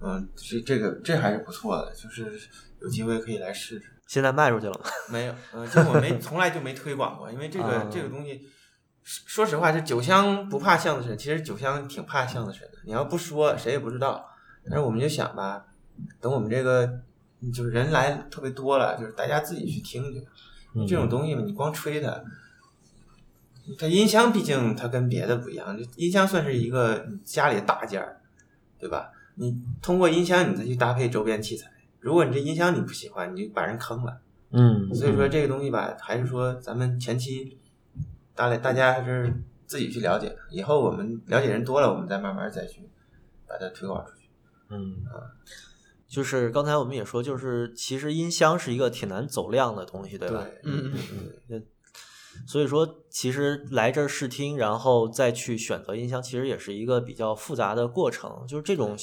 C: 嗯，这这个这还是不错的，就是有机会可以来试试。
A: 现在卖出去了吗？
C: 没有，嗯、这我没从来就没推广过，因为这个、
A: 啊
C: 这个东西，说实话，这酒香不怕巷子深，其实酒香挺怕巷子深的。你要不说，谁也不知道。但是我们就想吧，等我们这个就是人来特别多了，就是大家自己去听去。
A: 嗯
C: 这种东西嘛，你光吹它，它音箱毕竟它跟别的不一样，音箱算是一个你家里的大件儿，对吧？你通过音箱，你再去搭配周边器材。如果你这音箱你不喜欢，你就把人坑了。
A: 嗯，
C: 所以说这个东西吧，还是说咱们前期大家大家还是自己去了解，以后我们了解人多了，我们再慢慢再去把它推广出去。
A: 嗯，就是刚才我们也说，就是其实音箱是一个挺难走量的东西，对吧？
C: 对，
B: 嗯
C: 对，
A: 所以说，其实来这儿试听，然后再去选择音箱，其实也是一个比较复杂的过程。就是这种，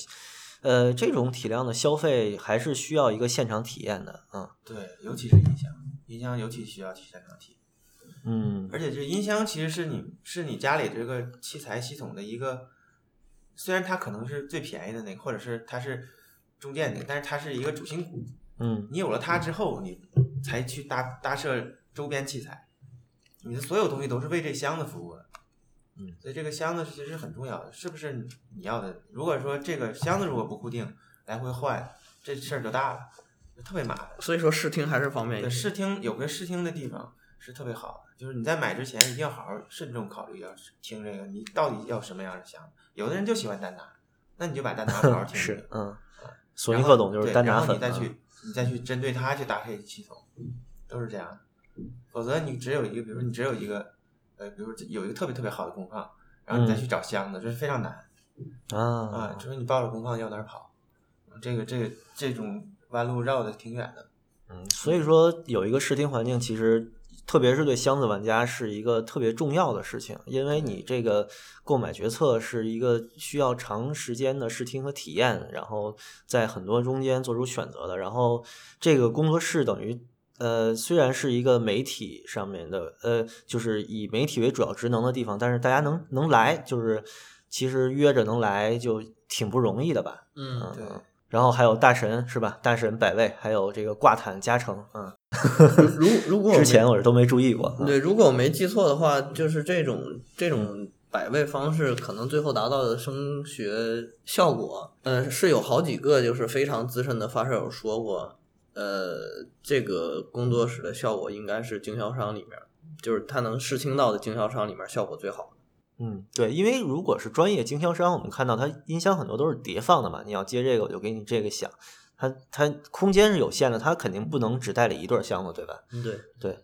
A: 呃，这种体量的消费还是需要一个现场体验的。嗯
C: 对，尤其是音箱，音箱尤其需要去现场体验。
A: 嗯，
C: 而且这音箱其实是你是你家里这个器材系统的一个，虽然它可能是最便宜的那个，或者是它是中间那个，但是它是一个主心骨。
A: 嗯，
C: 你有了它之后，你才去搭搭设周边器材，你的所有东西都是为这箱子服务的。
A: 嗯，
C: 所以这个箱子其实很重要的，是不是你要的？如果说这个箱子如果不固定，来回换，这事儿就大了，就特别麻烦。
B: 所以说试听还是方便
C: 对，
B: 一些。
C: 试听有个试听的地方是特别好的，就是你在买之前一定要好好慎重考虑，要听这个你到底要什么样的箱子。有的人就喜欢单拿，那你就把单拿好好听。
A: 是，嗯，索
C: 然
A: 尼
C: 后
A: 克董就是
C: 对
A: 单
C: 然
A: 拿
C: 后
A: 粉
C: 你再
A: 啊。
C: 去你再去针对它去搭配系统，都是这样的。否则你只有一个，比如说你只有一个，呃，比如说有一个特别特别好的功放，然后你再
A: 嗯
C: 去找箱子，这是非常难。啊
A: 啊，，
C: 就是你抱着功放要哪儿跑，这个这个这种弯路绕的挺远的。
A: 嗯，所以说有一个试听环境，其实特别是对箱子玩家是一个特别重要的事情，因为你这个购买决策是一个需要长时间的试听和体验，然后在很多中间做出选择的。然后这个工作室等于。呃，虽然是一个媒体上面的，呃，就是以媒体为主要职能的地方，但是大家能能来，就是其实约着能来就挺不容易的吧。
B: 嗯，
C: 对，
A: 然后还有大神是吧？大神百位，还有这个挂毯加成，嗯，
B: 如如果我
A: 之
B: 没
A: 前我是都没注意过。啊
B: 对，如果我没记错的话，就是这种这种摆位方式，可能最后达到的升学效果，呃，是有好几个就是非常资深的发烧友说过，呃，这个工作室的效果应该是经销商里面，就是他能试听到的经销商里面效果最好。
A: 嗯，对，因为如果是专业经销商，我们看到它音箱很多都是叠放的嘛，你要接这个我就给你这个响，它它空间是有限的，它肯定不能只代理一对儿箱子，对吧？
B: 嗯对，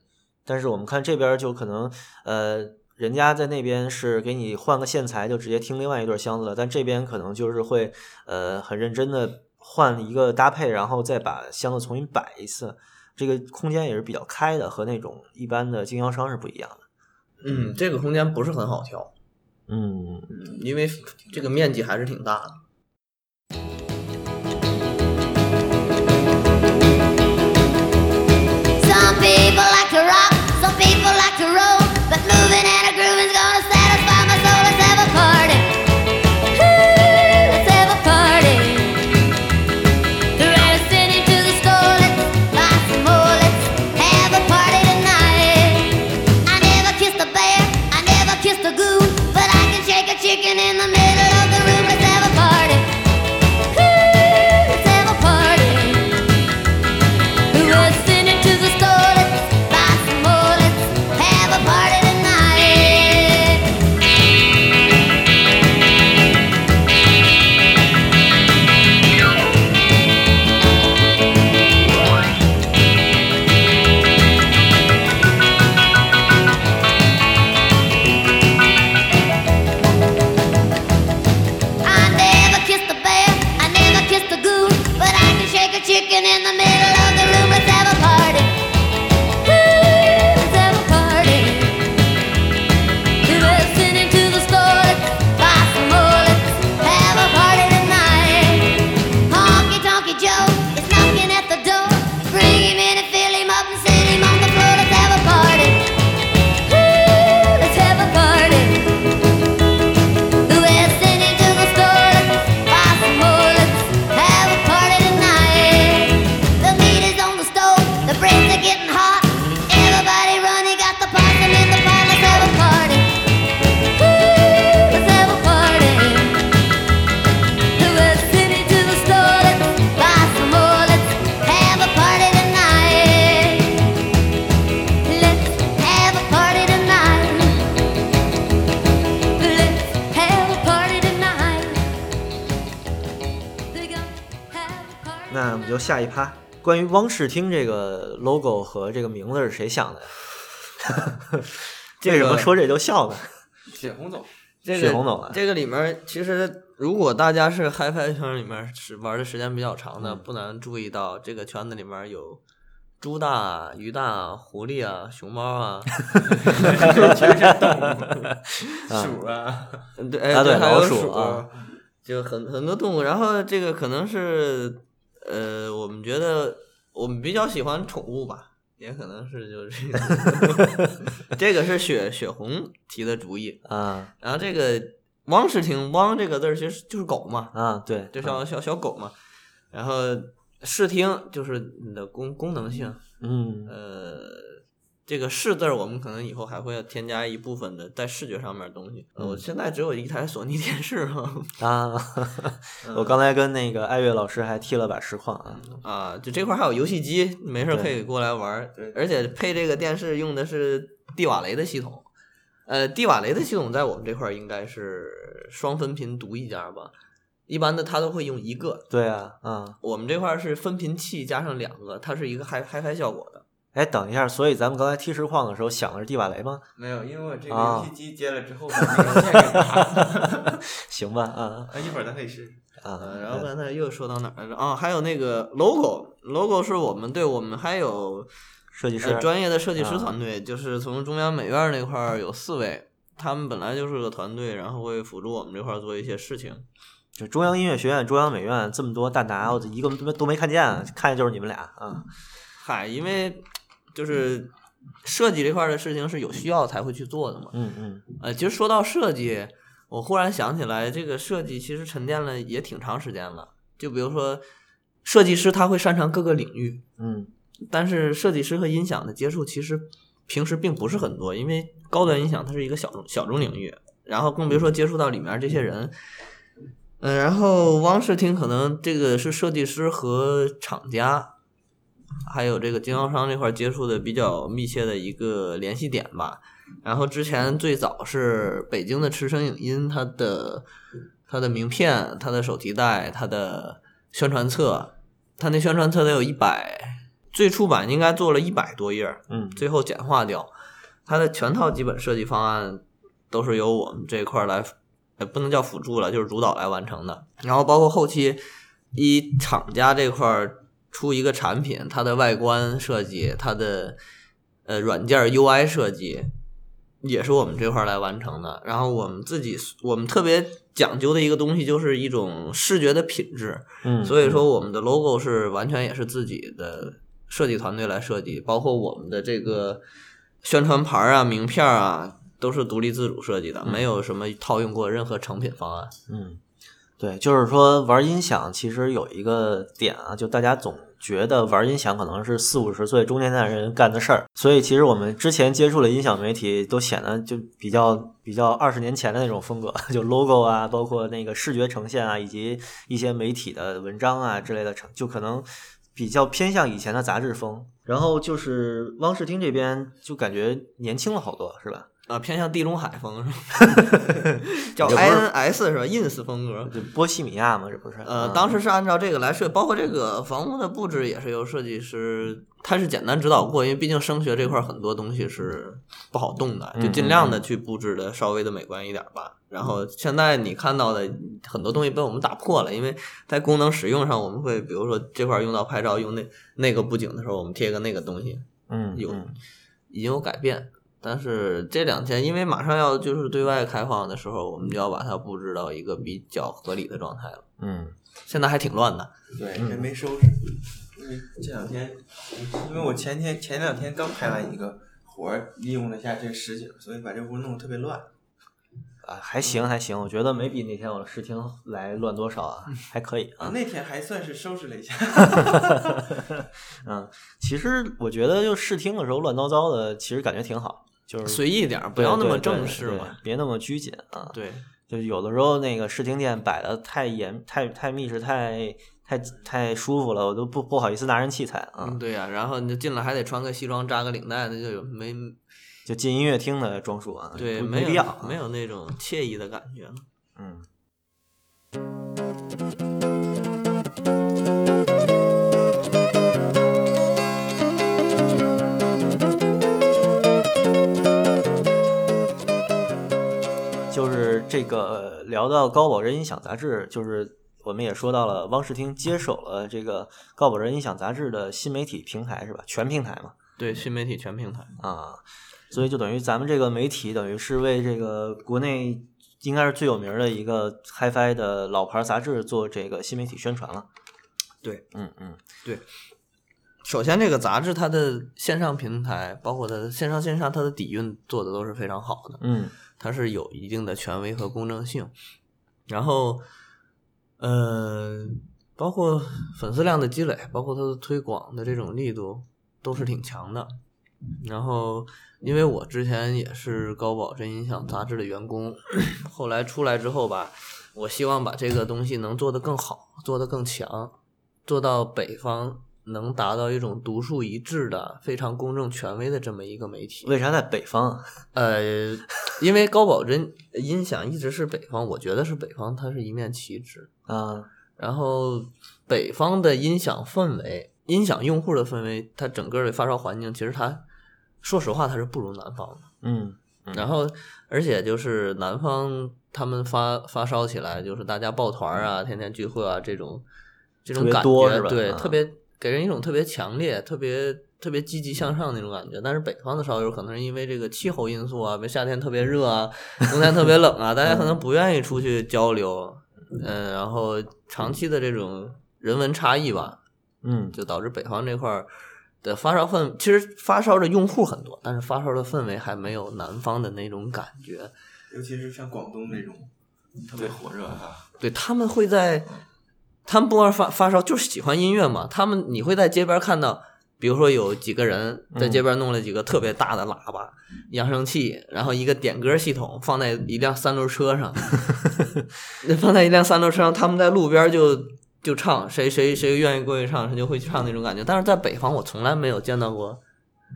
A: 但是我们看这边儿就可能呃。人家在那边是给你换个线材就直接听另外一对儿箱子了，但这边可能就是会呃很认真的换一个搭配，然后再把箱子重新摆一次，这个空间也是比较开的，和那种一般的经销商是不一样的。
B: 嗯，这个空间不是很好调，
A: 嗯，
B: 嗯，因为这个面积还是挺大的。
E: Some people like to rock, some people like to roll, but moving and a groove is gonna satisfy my soul. Let's have a party. Ooh, let's have a party. They're sending to the store. Let's buy some more. Let's have a party tonight. I never kissed a bear, I never kissed a goon, but I can shake a chicken in the middle of the room. Let's have a party. Ooh, let's have a party. Let's send it to the store. Let's buy some more. Let's have a party tonight. I never kissed a bear, I never kissed a goon, but I can shake a chicken in the middle of the room. Let's have a party. Ooh, let's have a party. Let's send it to the store, let's buy some more, let's have a party tonight. Honky Tonky Joe is knocking at the door. Bring him in and fill him up and sit him on the floor. Let's have a party. Ooh, let's have a party. Let's send it to the store. Buy some more. Let's have a party tonight. The meat is on the stove. The breads are getting hot. Everybody running, got the possum in the pot. Let's have a party. Ooh, let's have a party. Let's send it to the store. Let's buy some more. Let's have a party tonight. Let's have a party tonight. Let's have a party tonight. We're gonna have a party.
A: 那我们就下一趴，关于汪世听这个 logo 和这个名字是谁想的呀？
B: 这
A: 为什么
B: 个
A: 说这就笑呢？
C: 雪红总，
B: 这个
A: 血红总啊
B: 这个里面儿其实如果大家是
A: 嗯
B: HiFi 圈儿里面儿是玩的时间比较长的，不难注意到这个圈子里面儿有猪大啊、鱼大啊、狐狸啊、熊猫 啊，
C: 全是动物，鼠啊，
B: 嗯对，哎
A: 啊对
B: 还有
A: 老鼠
B: 鼠
A: 啊，
B: 就很很多动物。然后这个可能是，呃，我们觉得我们比较喜欢宠物吧，也可能是就是 这个是雪雪红提的主意。
A: 啊
B: 然后这个汪诗婷，汪这个字儿其实就是狗嘛，
A: 啊，对，
B: 就
D: 嗯
B: 小小小狗嘛。然后视听就是你的功功能性，
A: 嗯
B: 呃，这个视字儿我们可能以后还会添加一部分的在视觉上面的东西。
D: 嗯
B: 呃我现在只有一台索尼 电视嘛，
A: 啊，
B: 嗯
A: 我刚才跟那个艾月老师还踢了把实况啊，
B: 啊，就这块儿还有游戏机，没事儿可以过来玩儿
D: 嗯对。
B: 而且配这个电视用的是蒂瓦雷的系统，呃，蒂瓦雷的系统在我们这块儿应该是双分频独一家吧，一般的它都会用一个。
A: 对啊，嗯，
B: 我们这块儿是分频器加上两个，它是一个嗨嗨嗨效果的。
A: 哎，等一下，所以咱们刚才踢实况的时候想的是蒂瓦雷吗？
C: 没有，因为我这个
A: 啊
C: 游戏机接了之后，把那个线给拔了。
A: 行吧，啊
D: 啊，一会儿咱可以试试。
A: 啊，
B: 呃，然后刚才又说到哪儿来着？啊，还有那个 logo，logo 是我们对我们还有
A: 设计师
B: 呃，专业的设计师
A: 啊
B: 团队，就是从中央美院那块儿有四位，他们本来就是个团队，然后会辅助我们这块儿做一些事情。
A: 就中央音乐学院、中央美院这么多大拿，我这一个都没都没看见，看见就是你们俩啊，
B: 嗨，因为就是设计这块儿的事情是有需要才会去做的嘛。
A: 嗯嗯
B: 呃，其实说到设计，我忽然想起来，这个设计其实沉淀了也挺长时间了。就比如说，设计师他会擅长各个领域，
A: 嗯，
B: 但是设计师和音响的接触其实平时并不是很多，因为高端音响它是一个小众小众领域，然后更别说接触到里面这些人。嗯、然后汪世听可能这个是设计师和厂家，还有这个经销商这块儿接触的比较密切的一个联系点吧。然后之前最早是北京的驰声影音，它的它的名片、它的手提袋、它的宣传册，它那宣传册得有一百最初版应该做了一百多页儿，
A: 嗯
B: 最后简化掉。它的全套基本设计方案都是由我们这一块儿来，呃，不能叫辅助了，就是主导来完成的。然后包括后期一厂家这块儿出一个产品，它的外观设计、它的呃软件儿 UI 设计，也是我们这块儿来完成的。然后我们自己，我们特别讲究的一个东西，就是一种视觉的品质。
A: 嗯，
B: 所以说我们的 logo 是完全也是自己的设计团队来设计，包括我们的这个宣传牌啊、名片啊，都是独立自主设计的，没有什么套用过任何成品方案。
A: 嗯，对，就是说玩音响其实有一个点啊，就大家总觉得玩音响可能是四五十岁中年代人干的事儿，所以其实我们之前接触的音响媒体都显得就比较比较二十年前的那种风格，就 logo 啊，包括那个视觉呈现啊，以及一些媒体的文章啊之类的呈，就可能比较偏向以前的杂志风。然后就是汪世汀这边就感觉年轻了好多，是吧？
B: 啊，偏向地中海风是吧？ 叫
A: 也不是
B: INS 是吧？ins 风格。
A: 就波西米亚嘛，这不是？
B: 呃，
A: 嗯
B: 当时是按照这个来设，包括这个房屋的布置也是由设计师，他是简单指导过，因为毕竟声学这块儿很多东西是不好动的，就尽量的去布置的稍微的美观一点吧。然后现在你看到的很多东西被我们打破了，因为在功能使用上，我们会比如说这块儿用到拍照用那那个布景的时候，我们贴一个那个东西，
A: 嗯
B: 有
A: 嗯
B: 已经有改变。但是这两天，因为马上要就是对外开放的时候，我们就要把它布置到一个比较合理的状态了。
A: 嗯
B: 现在还挺乱的，
D: 对，
A: 嗯
D: 还没收拾。
C: 因为嗯这两天，因为我前天前两天刚拍完一个活儿，利用了一下这个实景，所以把这屋弄得特别乱。
A: 啊，还
B: 嗯
A: 行还行，我觉得没比那天我试听来乱多少啊，
B: 嗯
A: 还可以啊。
D: 那天还算是收拾了一下，
A: 嗯，其实我觉得就试听的时候乱糟糟的，其实感觉挺好，就是
B: 随意点儿，不
A: 对
B: 要那
A: 对
B: 么
A: 对
B: 正式
A: 对
B: 嘛。
A: 别那么拘谨啊。
B: 对，
A: 就有的时候那个试听店摆的太严、太太密实、太太太舒服了，我都不不好意思拿人器材啊
B: 嗯，。对呀、然后你就进来还得穿个西装扎个领带，那就有没
A: 就进音乐厅的装束啊，
B: 对
A: 哎不
B: 没
A: 没
B: 有
A: 必要啊，
B: 没有那种惬意的感觉了。
A: 嗯。就是这个呃聊到高保真音响杂志，就是我我们也说到了汪世听接手了这个告保人音响杂志的新媒体平台是吧？全平台嘛，
B: 对新媒体全平台，
A: 啊，所以就等于咱们这个媒体等于是为这个国内应该是最有名的一个 HiFi 的老牌杂志做这个新媒体宣传了。
B: 对，
A: 嗯嗯，
B: 首先，这个杂志它的线上平台，包括它的线上线下，它的底蕴做的都是非常好的，
A: 嗯
B: 它是有一定的权威和公正性。然后，呃，包括粉丝量的积累，包括它的推广的这种力度，都是挺强的。然后，因为我之前也是高保真音响杂志的员工，后来出来之后吧，我希望把这个东西能做得更好，做得更强，做到北方能达到一种独树一帜的、非常公正权威的这么一个媒体。
A: 为啥在北方啊？
B: 呃，因为高保真音响一直是北方，我觉得是北方，它是一面旗帜。
A: 啊，
B: 然后北方的音响氛围、音响用户的氛围，它整个的发烧环境，其实它说实话它是不如南方的。
A: 嗯
B: 然后，而且就是南方他们发发烧起来，就是大家抱团儿啊，天天聚会啊，这种这种
A: 特别
B: 感
A: 多
B: 觉
A: 是，吧
B: 对，
A: 啊
B: 特别给人一种特别强烈、特别特别积极向上那种感觉。但是北方的烧友可能是因为这个气候因素啊，比如夏天特别热啊，冬天特别冷啊，大家可
A: 嗯
B: 能不愿意出去交流，嗯，然后长期的这种人文差异吧，
A: 嗯，
B: 就导致北方这块儿。的发烧氛，其实发烧的用户很多，但是发烧的氛围还没有南方的那种感觉。
D: 尤其是像广东这种特别火热哈，
B: 对他们会在，他们不光是发发烧，就是喜欢音乐嘛。他们你会在街边看到，比如说有几个人在街边弄了几个特别大的喇叭、扬声器，然后一个点歌系统放在一辆三轮车上，那放在一辆三轮车上，他们在路边就就唱，谁谁谁愿意过去唱，谁就会去唱那种感觉。但是在北方，我从来没有见到过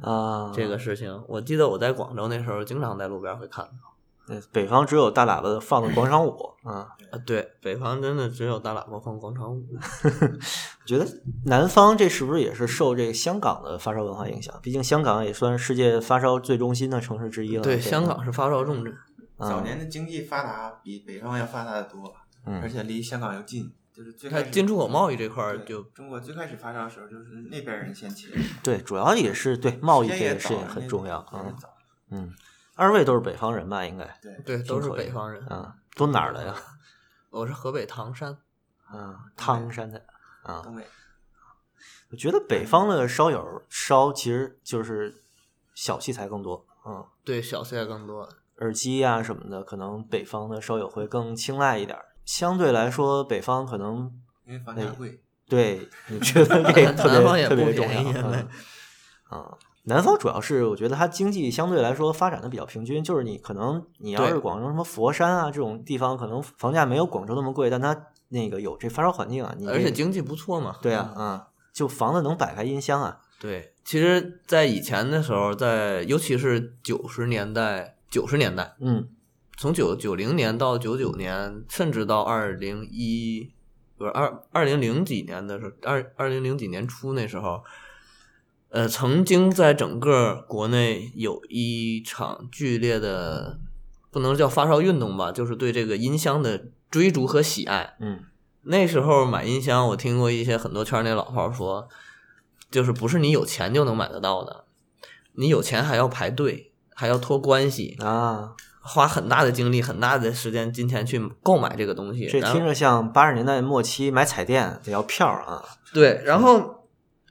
A: 啊，
B: 这个事情。我记得我在广州那时候，经常在路边会看到。
A: 对呃北方只有大喇叭放的广场舞啊，
B: 啊，对，北方真的只有大喇叭放广场舞。
A: 觉得南方这是不是也是受这个香港的发烧文化影响？毕竟香港也算是世界发烧最中心的城市之一了。
B: 对，
A: 吧
B: 香港是发烧重镇。
D: 嗯
A: 啊
C: 早年的经济发达比北方要发达的多，
A: 嗯
C: 而且离香港又近，就是最
B: 它
C: 开始
B: 进出口贸易这块儿
C: 对
B: 就
C: 中国最开始发烧的时候，就是那边人先起，
A: 对，主要也是对贸易
C: 时
A: 这
C: 间也
A: 个事
C: 早
A: 情很重要啊。
C: 那个
A: 嗯
C: 人早
A: 嗯，二位都是北方人吧？应该
B: 对都是
A: 可以
B: 北方人，
A: 啊，都哪儿的呀？
B: 我是河北唐山，
A: 啊，汤山的啊。
C: 东北
A: 我觉得北方的烧友烧其实就是小器材更多，嗯，
B: 对小菜更多。
A: 耳机啊什么的，可能北方的烧友会更青睐一点儿。相对来说，北方可能
C: 因为房价贵，
A: 对你觉得这个特
B: 南方
A: 别
B: 也
A: 特
B: 不
A: 别重
B: 便
A: 要
B: 宜现在
A: 嗯啊。南方主要是我觉得它经济相对来说发展的比较平均，就是你可能你要是
B: 对
A: 广州什么佛山啊这种地方，可能房价没有广州那么贵，但它那个有这发烧环境啊，你
B: 而且
A: 这
B: 经济不错嘛。嗯
A: 对啊啊，就房子能摆开音箱啊，
B: 对，其实，在以前的时候，在尤其是九十年代，九十年代
A: 嗯
B: 从九九零年到九九年，甚至到二零一不是二二零零几年的时候，二二零零几年初那时候。呃，曾经在整个国内有一场剧烈的，不能叫发烧运动吧，就是对这个音箱的追逐和喜爱。
A: 嗯
B: 那时候买音箱，我听过一些很多圈内老炮儿说，就是不是你有钱就能买得到的，你有钱还要排队，还要托关系，
A: 啊，
B: 花很大的精力、很大的时间、金钱去购买这个东西。
A: 这
B: 然后
A: 听着像八十年代末期买彩电得要票啊，
B: 对，然后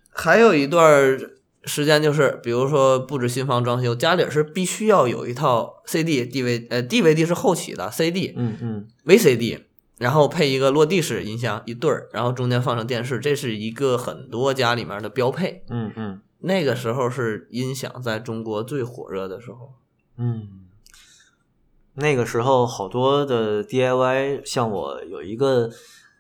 B: 还有一段儿时间就是，比如说布置新房装修，家里是必须要有一套 CD、DVD，呃，DVD 是后起的，CD、
A: 嗯嗯
B: VCD，然后配一个落地式音箱一对儿，然后中间放上电视，这是一个很多家里面的标配。
A: 嗯嗯
B: 那个时候是音响在中国最火热的时候，
A: 嗯，那个时候好多的 DIY，像我有一个。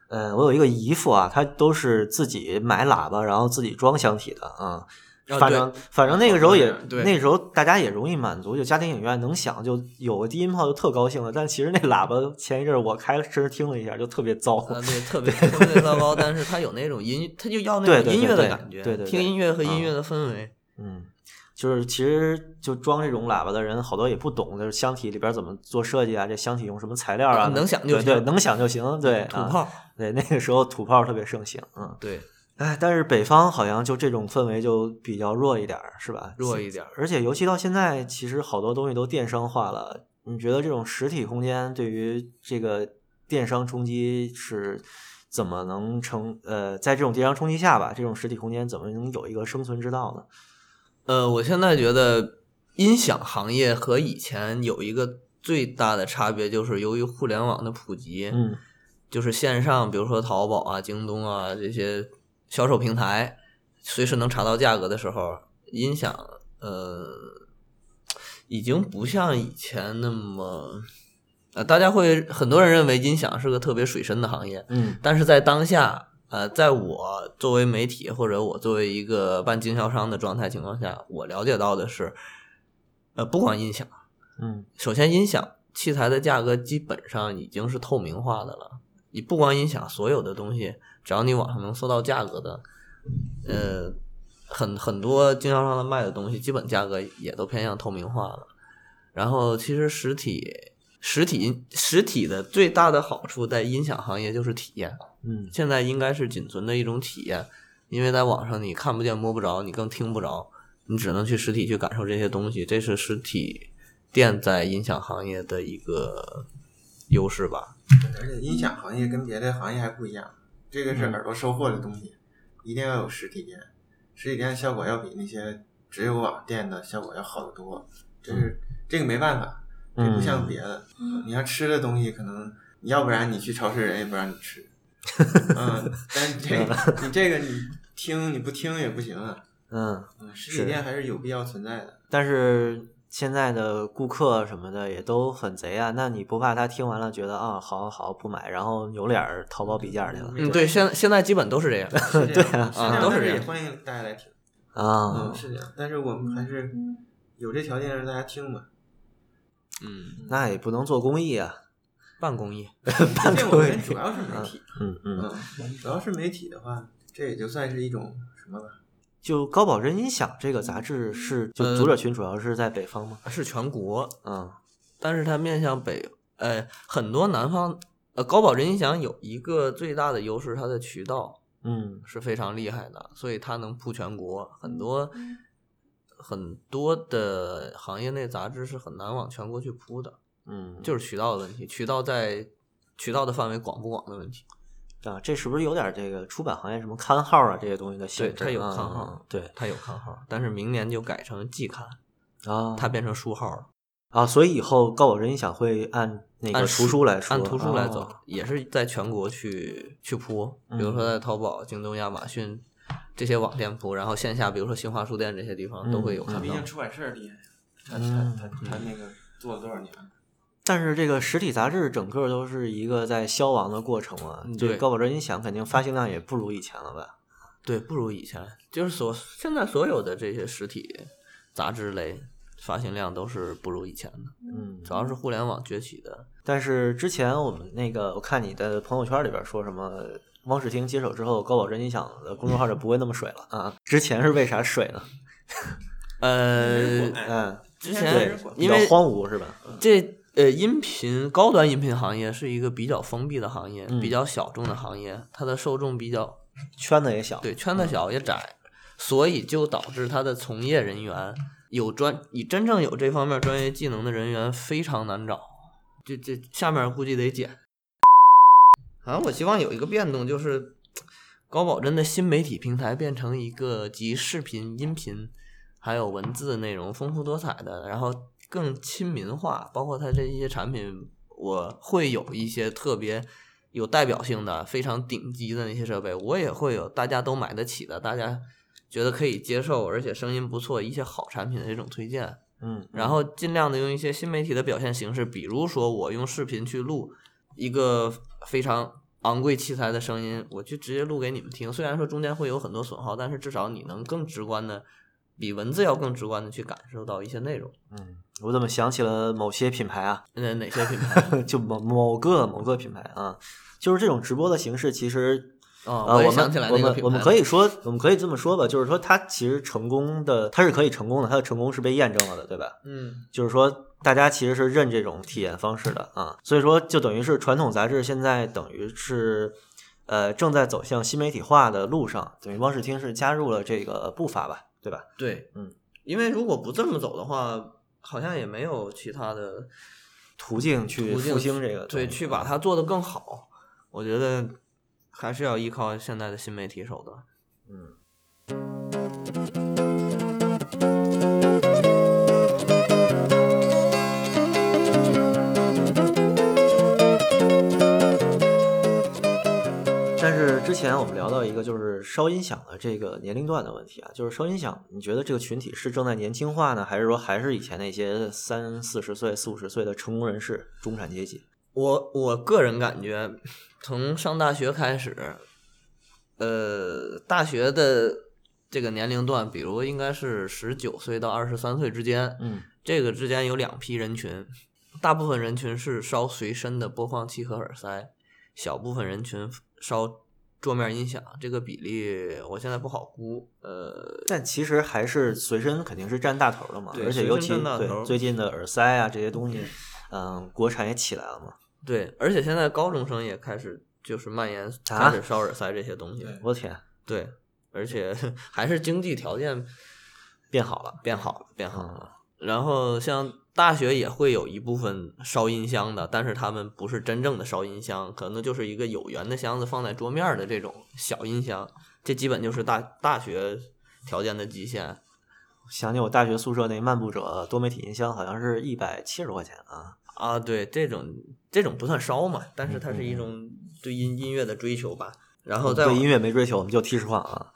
A: 呃，我有一个姨父啊，他都是自己买喇叭，然后自己装箱体的啊。
B: 啊
A: 反正反正那个时候也
B: 哦对
A: 那时候大家也容易满足，就家庭影院能响就有个低音炮就特高兴了。但其实那喇叭前一阵儿我开了真是听了一下，就特别糟。
B: 啊，对， 特别特别糟糕，但是它有那种音，它就要
A: 对对
B: 那种
A: 对
B: 音乐的
A: 对啊
B: 感觉，
A: 对对对
B: 听音乐和音乐的氛围，
A: 嗯，就是其实就装这种喇叭的人，好多也不懂，就是箱体里边怎么做设计啊，这箱体用什么材料啊，
B: 哦能想就
A: 对对，
B: 行嗯
A: 能想就行，对，
B: 土
A: 啊
B: 炮，
A: 对，那个时候土炮特别盛行，嗯，
B: 对，
A: 哎，但是北方好像就这种氛围就比较弱一点儿，是吧？
B: 弱一点儿。
A: 而且尤其到现在，其实好多东西都电商化了。你觉得这种实体空间对于这个电商冲击是怎么能成？呃，在这种电商冲击下吧，这种实体空间怎么能有一个生存之道呢？
B: 呃，我现在觉得音响行业和以前有一个最大的差别，就是由于互联网的普及，
A: 嗯
B: 就是线上，比如说淘宝啊、京东啊这些销售平台，随时能查到价格的时候，音响呃已经不像以前那么呃，大家会很多人认为音响是个特别水深的行业，
A: 嗯
B: 但是在当下，呃，在我作为媒体或者我作为一个办经销商的状态情况下，我了解到的是，呃，不光音响，
A: 嗯
B: 首先音响器材的价格基本上已经是透明化的了。你不光音响，所有的东西，只要你网上能搜到价格的，呃，很很多经销商的卖的东西，基本价格也都偏向透明化了。然后其实实体。实体音实体的最大的好处在音响行业就是体验，
A: 嗯
B: 现在应该是仅存的一种体验，因为在网上你看不见摸不着，你更听不着，你只能去实体去感受这些东西，这是实体店在音响行业的一个优势吧。
C: 而且音响行业跟别的行业还不一样，这个是
B: 嗯
C: 耳朵收获的东西，一定要有实体店，实体店的效果要比那些只有网店的效果要好得多。这是
B: 嗯
C: 这个没办法，这不像别的，你要吃的东西可能，你要不然你去超市人也不让你 吃，嗯，但是这个你这个你听你不听也不行啊，
A: 嗯，
C: 嗯，实体店还是有必要存在 的。
A: 但是。现在的顾客什么的也都很贼啊，那你不怕他听完了觉得啊，好好好不买，然后扭脸儿淘宝比价去了
B: 嗯，对，现现在基本都是这样。
C: 是这样
B: 啊
C: 是这样
B: 都是
C: 但
B: 这样
C: 也欢迎大家来听。
A: 啊
C: 嗯，？是这样，但是我们还是有这条件让大家听嘛。
B: 嗯，
A: 那也不能做公益啊，
B: 办公益，
C: 这我们主要是媒体，
A: 嗯嗯。
C: 嗯，主要是媒体的话，这也就算是一种什么吧？
A: 就高保真音响这个杂志是，就
B: 呃
A: 读者群主要是在北方吗？
B: 是全国，
A: 嗯
B: 但是它面向北，呃，很多南方，呃，高保真音响有一个最大的优势，它的渠道，
A: 嗯
B: 是非常厉害的，所以它能铺全国，很多很多的行业内杂志是很难往全国去铺的，
A: 嗯，
B: 就是渠道的问题，渠道在渠道的范围广不广的问题。
A: 啊，这是不是有点这个出版行业什么刊号啊这些东西的性质？
B: 对它有
A: 嗯
B: 刊号
A: 嗯对
B: 它有刊号，但是明年就改成季刊，
A: 啊，
B: 它变成书号了，
A: 啊，所以以后高保真音响会按那个
B: 按
A: 图书来说，
B: 按图书来
A: 哦
B: 走，也是在全国去去铺，比如
A: 嗯
B: 说在淘宝、京东、亚马逊这些网店铺，然后线下比如说新华书店这些地方都会有
A: 嗯
B: 看
C: 毕
B: 到。
C: 竟出版社厉害，他
A: 嗯
C: 他他他那个做了多少年了？
A: 但是这个实体杂志整个都是一个在消亡的过程啊
B: 嗯，
A: 这
B: 对
A: 高保真音响肯定发行量也不如以前了吧？
B: 对，不如以前，就是所现在所有的这些实体杂志类发行量都是不如以前的，
A: 嗯，
B: 主要是互联网崛起的。
A: 但是之前我们那个，我看你的朋友圈里边说什么，汪世听接手之后，高保真音响的公众号就不会那么水了啊。之前是为啥水呢？
B: 呃，
A: 嗯，
B: 之
A: 对
B: 前，
A: 比
B: 因
A: 较
B: 为
A: 荒芜是吧？
B: 这呃音频高端音频行业是一个比较封闭的行业，
A: 嗯
B: 比较小众的行业，它的受众比较
A: 圈子也小，
B: 对圈子小也窄，所以就导致它的从业人员有专以真正有这方面专业技能的人员非常难找。这这下面估计得减。好像我希望有一个变动，就是高保真的新媒体平台变成一个集视频、音频还有文字内容丰富多彩的，然后更亲民化。包括它这一些产品，我会有一些特别有代表
A: 嗯
B: 性的、非常顶级的那些设备，我也会有大家都买得起的，大家觉得可以接受，而且声音不错，一些好产品的这种推荐。
A: 嗯，
B: 然后尽量的用一些新媒体的表现形式，比如说我用视频去录一个非常昂贵器材的声音，我去直接录给你们听。虽然说中间会有很多损耗，但是至少你能更直观的，比文字要更直观的去感受到一些内容。
A: 我怎么想起了某些品牌啊？
B: 那哪些品牌？
A: 就某某个某个品牌啊，就是这种直播的形式，其实
B: 啊、
A: 啊，
B: 我也
A: 我
B: 想起来
A: 们
B: 那
A: 我
B: 个
A: 们
B: 品牌
A: 我们可以说，我们可以这么说吧，就是说它其实成功的，它是可以成功的，它的成功是被验证了的，对吧？
B: 嗯
A: 就是说大家其实是认这种体验方式的啊，所以说就等于是传统杂志现在等于是呃正在走向新媒体化的路上，等于汪士听是加入了这个步伐吧，对吧？
B: 对，
A: 嗯，
B: 因为如果不这么走的话，好像也没有其他的
A: 途径去
B: 途径
A: 复兴这个东西，嗯
B: 对，去把它做得更好。我觉得还是要依靠现在的新媒体手段。
A: 嗯。但是之前我们聊到一个就是烧音响的这个年龄段的问题啊，就是烧音响，你觉得这个群体是正在年轻化呢，还是说还是以前那些三四十岁、四五十岁的成功人士、中产阶级？
B: 我我个人感觉，从上大学开始，呃，大学的这个年龄段，比如应该是十九岁到二十三岁之间，
A: 嗯
B: 这个之间有两批人群，大部分人群是烧随身的播放器和耳塞，小部分人群烧桌面音响。这个比例我现在不好估，呃，
A: 但其实还是随身肯定是占大头的嘛，
B: 对
A: 而且尤其
B: 随身占大头
A: 对最近的耳塞啊这些东西，嗯，国产也起来了嘛。
B: 对，而且现在高中生也开始就是蔓延
A: 啊
B: 开始烧耳塞这些东西，
C: 对
A: 我天，
B: 对，而且 还是经济条件
A: 变好了，
B: 变好了，变好了。
A: 嗯，
B: 然后像大学也会有一部分烧音箱的，但是他们不是真正的烧音箱，可能就是一个有缘的箱子放在桌面儿的这种小音箱，这基本就是大大学条件的极限。
A: 想起我大学宿舍那漫步者多媒体音箱，好像是一百七十块钱啊。
B: 啊，对，这种这种不算烧嘛，但是它是
A: 嗯
B: 一种对音音乐的追求吧。然后
A: 哦
B: 再
A: 对
B: 往
A: 音乐没追求，我们就踢实况啊。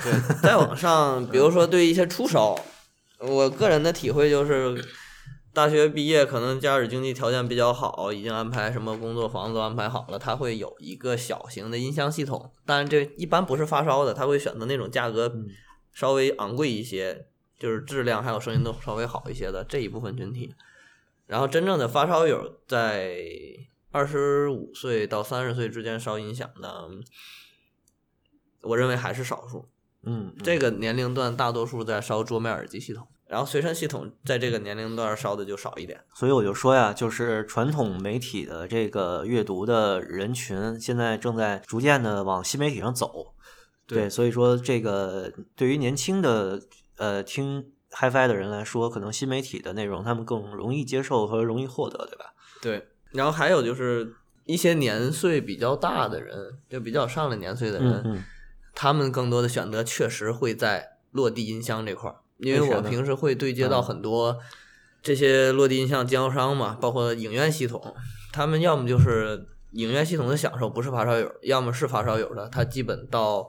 B: 对，再往上，比如说对一些初烧，我个人的体会就是，大学毕业可能家里经济条件比较好，已经安排什么工作、房子都安排好了，他会有一个小型的音箱系统，但是这一般不是发烧的，他会选择那种价格稍微昂贵一些，就是质量还有声音都稍微好一些的这一部分群体。然后真正的发烧友在二十五岁到三十岁之间烧音响的，嗯我认为还是少数。
A: 嗯，嗯
B: 这个年龄段大多数在烧桌面耳机系统，然后随身系统在这个年龄段烧的就少一点。
A: 所以我就说呀，就是传统媒体的这个阅读的人群，现在正在逐渐的往新媒体上走。
B: 对
A: 所以说这个对于年轻的呃听 HiFi 的人来说，可能新媒体的内容他们更容易接受和容易获得，对吧？
B: 对，然后还有就是一些年岁比较大的人，就比较上了年岁的人，
A: 嗯
B: 他们更多的选择确实会在落地音箱这块儿，因为
A: 为啥
B: 我
A: 呢
B: 平时会对接到很多这些落地音像经销商嘛，包括影院系统，他们要么就是影院系统的享受不是发烧友，要么是发烧友的，他基本到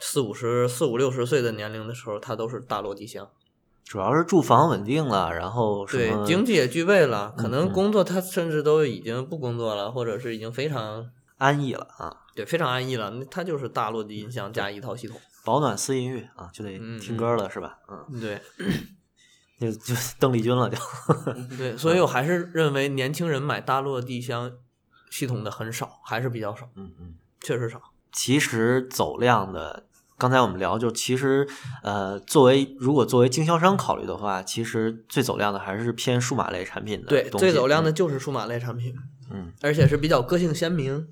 B: 四五十、四五六十岁的年龄的时候，他都是大落地箱。
A: 主要是住房稳定了，然后什
B: 对，
A: 么
B: 经济也具备了，可
A: 嗯
B: 能
A: 嗯
B: 工作他甚至都已经不工作了，或者是已经非常
A: 安逸了啊，
B: 对非常安逸了，那他就是大落地音箱加一套系统。
A: 保暖思淫欲啊，就得
B: 嗯
A: 听歌了，是吧？嗯，
B: 对，
A: 就就邓丽君了，就
B: 对，所以我还是认为年轻人买大落地箱系统的很少，还是比较少，
A: 嗯嗯。
B: 确实少。
A: 其实走量的，刚才我们聊，就其实呃，作为如果作为经销商考虑的话，其实最走量的还是偏数码类产品的
B: 对，
A: 东西
B: 最走量的，就是数码类产品，
A: 嗯，
B: 而且是比较个性鲜明，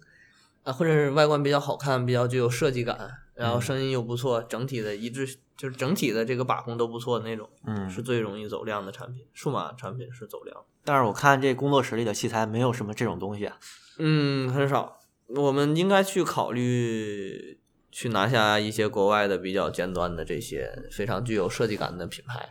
B: 啊，或者是外观比较好看，比较具有设计感，然后
A: 嗯
B: 声音又不错，整体的一致就是整体的这个把控都不错的那种，
A: 嗯
B: 是最容易走量的产品。数码产品是走量的，
A: 但是我看这工作室里的器材没有什么这种东西啊，
B: 嗯，很少。我们应该去考虑去拿下一些国外的比较尖端的这些非常具有设计感的品牌。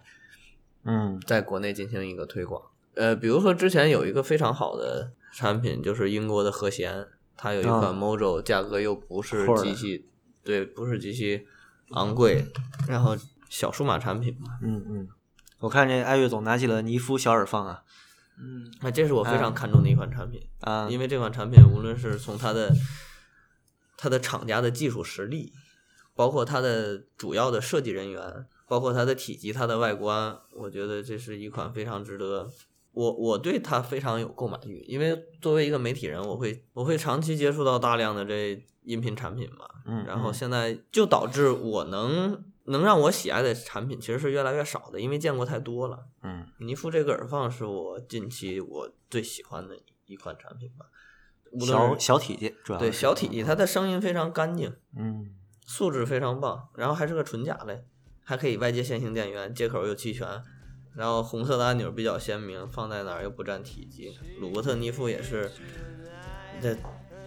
A: 嗯
B: 在国内进行一个推广。呃，比如说之前有一个非常好的产品，就是英国的和弦，它有一款
A: 啊
B: Mojo，、价格又不是
A: 或者
B: 极其对，不是极其昂贵，然后小数码产品嘛。
A: 嗯嗯，我看这爱乐总拿起了尼夫小耳放啊
D: 嗯，
B: 那这是
A: 哎
B: 我非常看重的一款产品，
A: 啊，
B: 因为这款产品无论是从它的它的厂家的技术实力，包括它的主要的设计人员，包括它的体积、它的外观，我觉得这是一款非常值得。我我对它非常有购买欲，因为作为一个媒体人，我会我会长期接触到大量的这音频产品嘛，
A: 嗯，
B: 然后
A: 嗯
B: 现在就导致我能能让我喜爱的产品其实是越来越少的，因为见过太多了。
A: 嗯，
B: 尼夫这个耳放是我近期我最喜欢的一款产品吧，无论
A: 小
B: 是
A: 小体积主要
B: 对
A: 是
B: 小体积，它的声音非常干净，
A: 嗯
B: 素质非常棒，然后还是个纯甲类，还可以外接线性电源，接口又齐全，然后红色的按钮比较鲜明，放在哪儿又不占体积。鲁伯特尼夫也是，这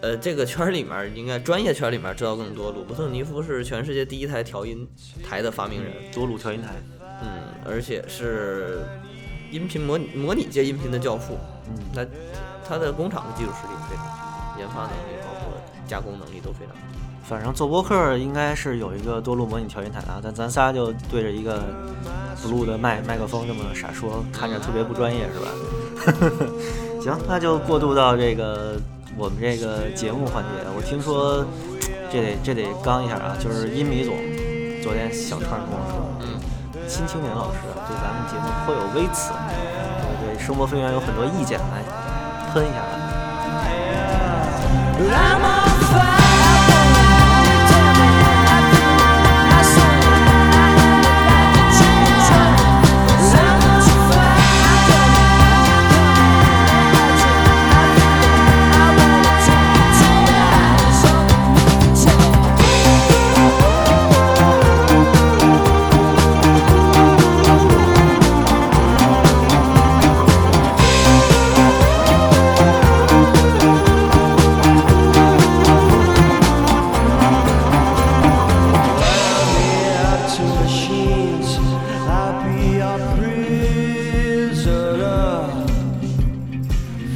B: 呃这个圈儿里面儿应该专业圈儿里面儿知道更多。鲁伯特尼夫是全世界第一台调音台的发明人，
A: 多路调音台，
B: 嗯，而且是音频模拟模拟界音频的教父。
A: 嗯
B: 那他的工厂的技术实力非常强，研发能力包括加工能力都非常强。
A: 反正做播客应该是有一个多路模拟调音台的啊，但咱仨就对着一个 blue 的麦麦克风这么傻说，看着特别不专业是吧？ 行，那就过渡到这个我们这个节目环节。我听说这得这得刚一下啊，就是音米总昨天小胖跟我说，
B: 嗯，
A: 新青年老师啊对咱们节目颇有微词，对生活飞源有很多意见，来喷一下吧。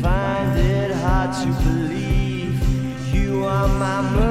F: Find it hard to believe you are my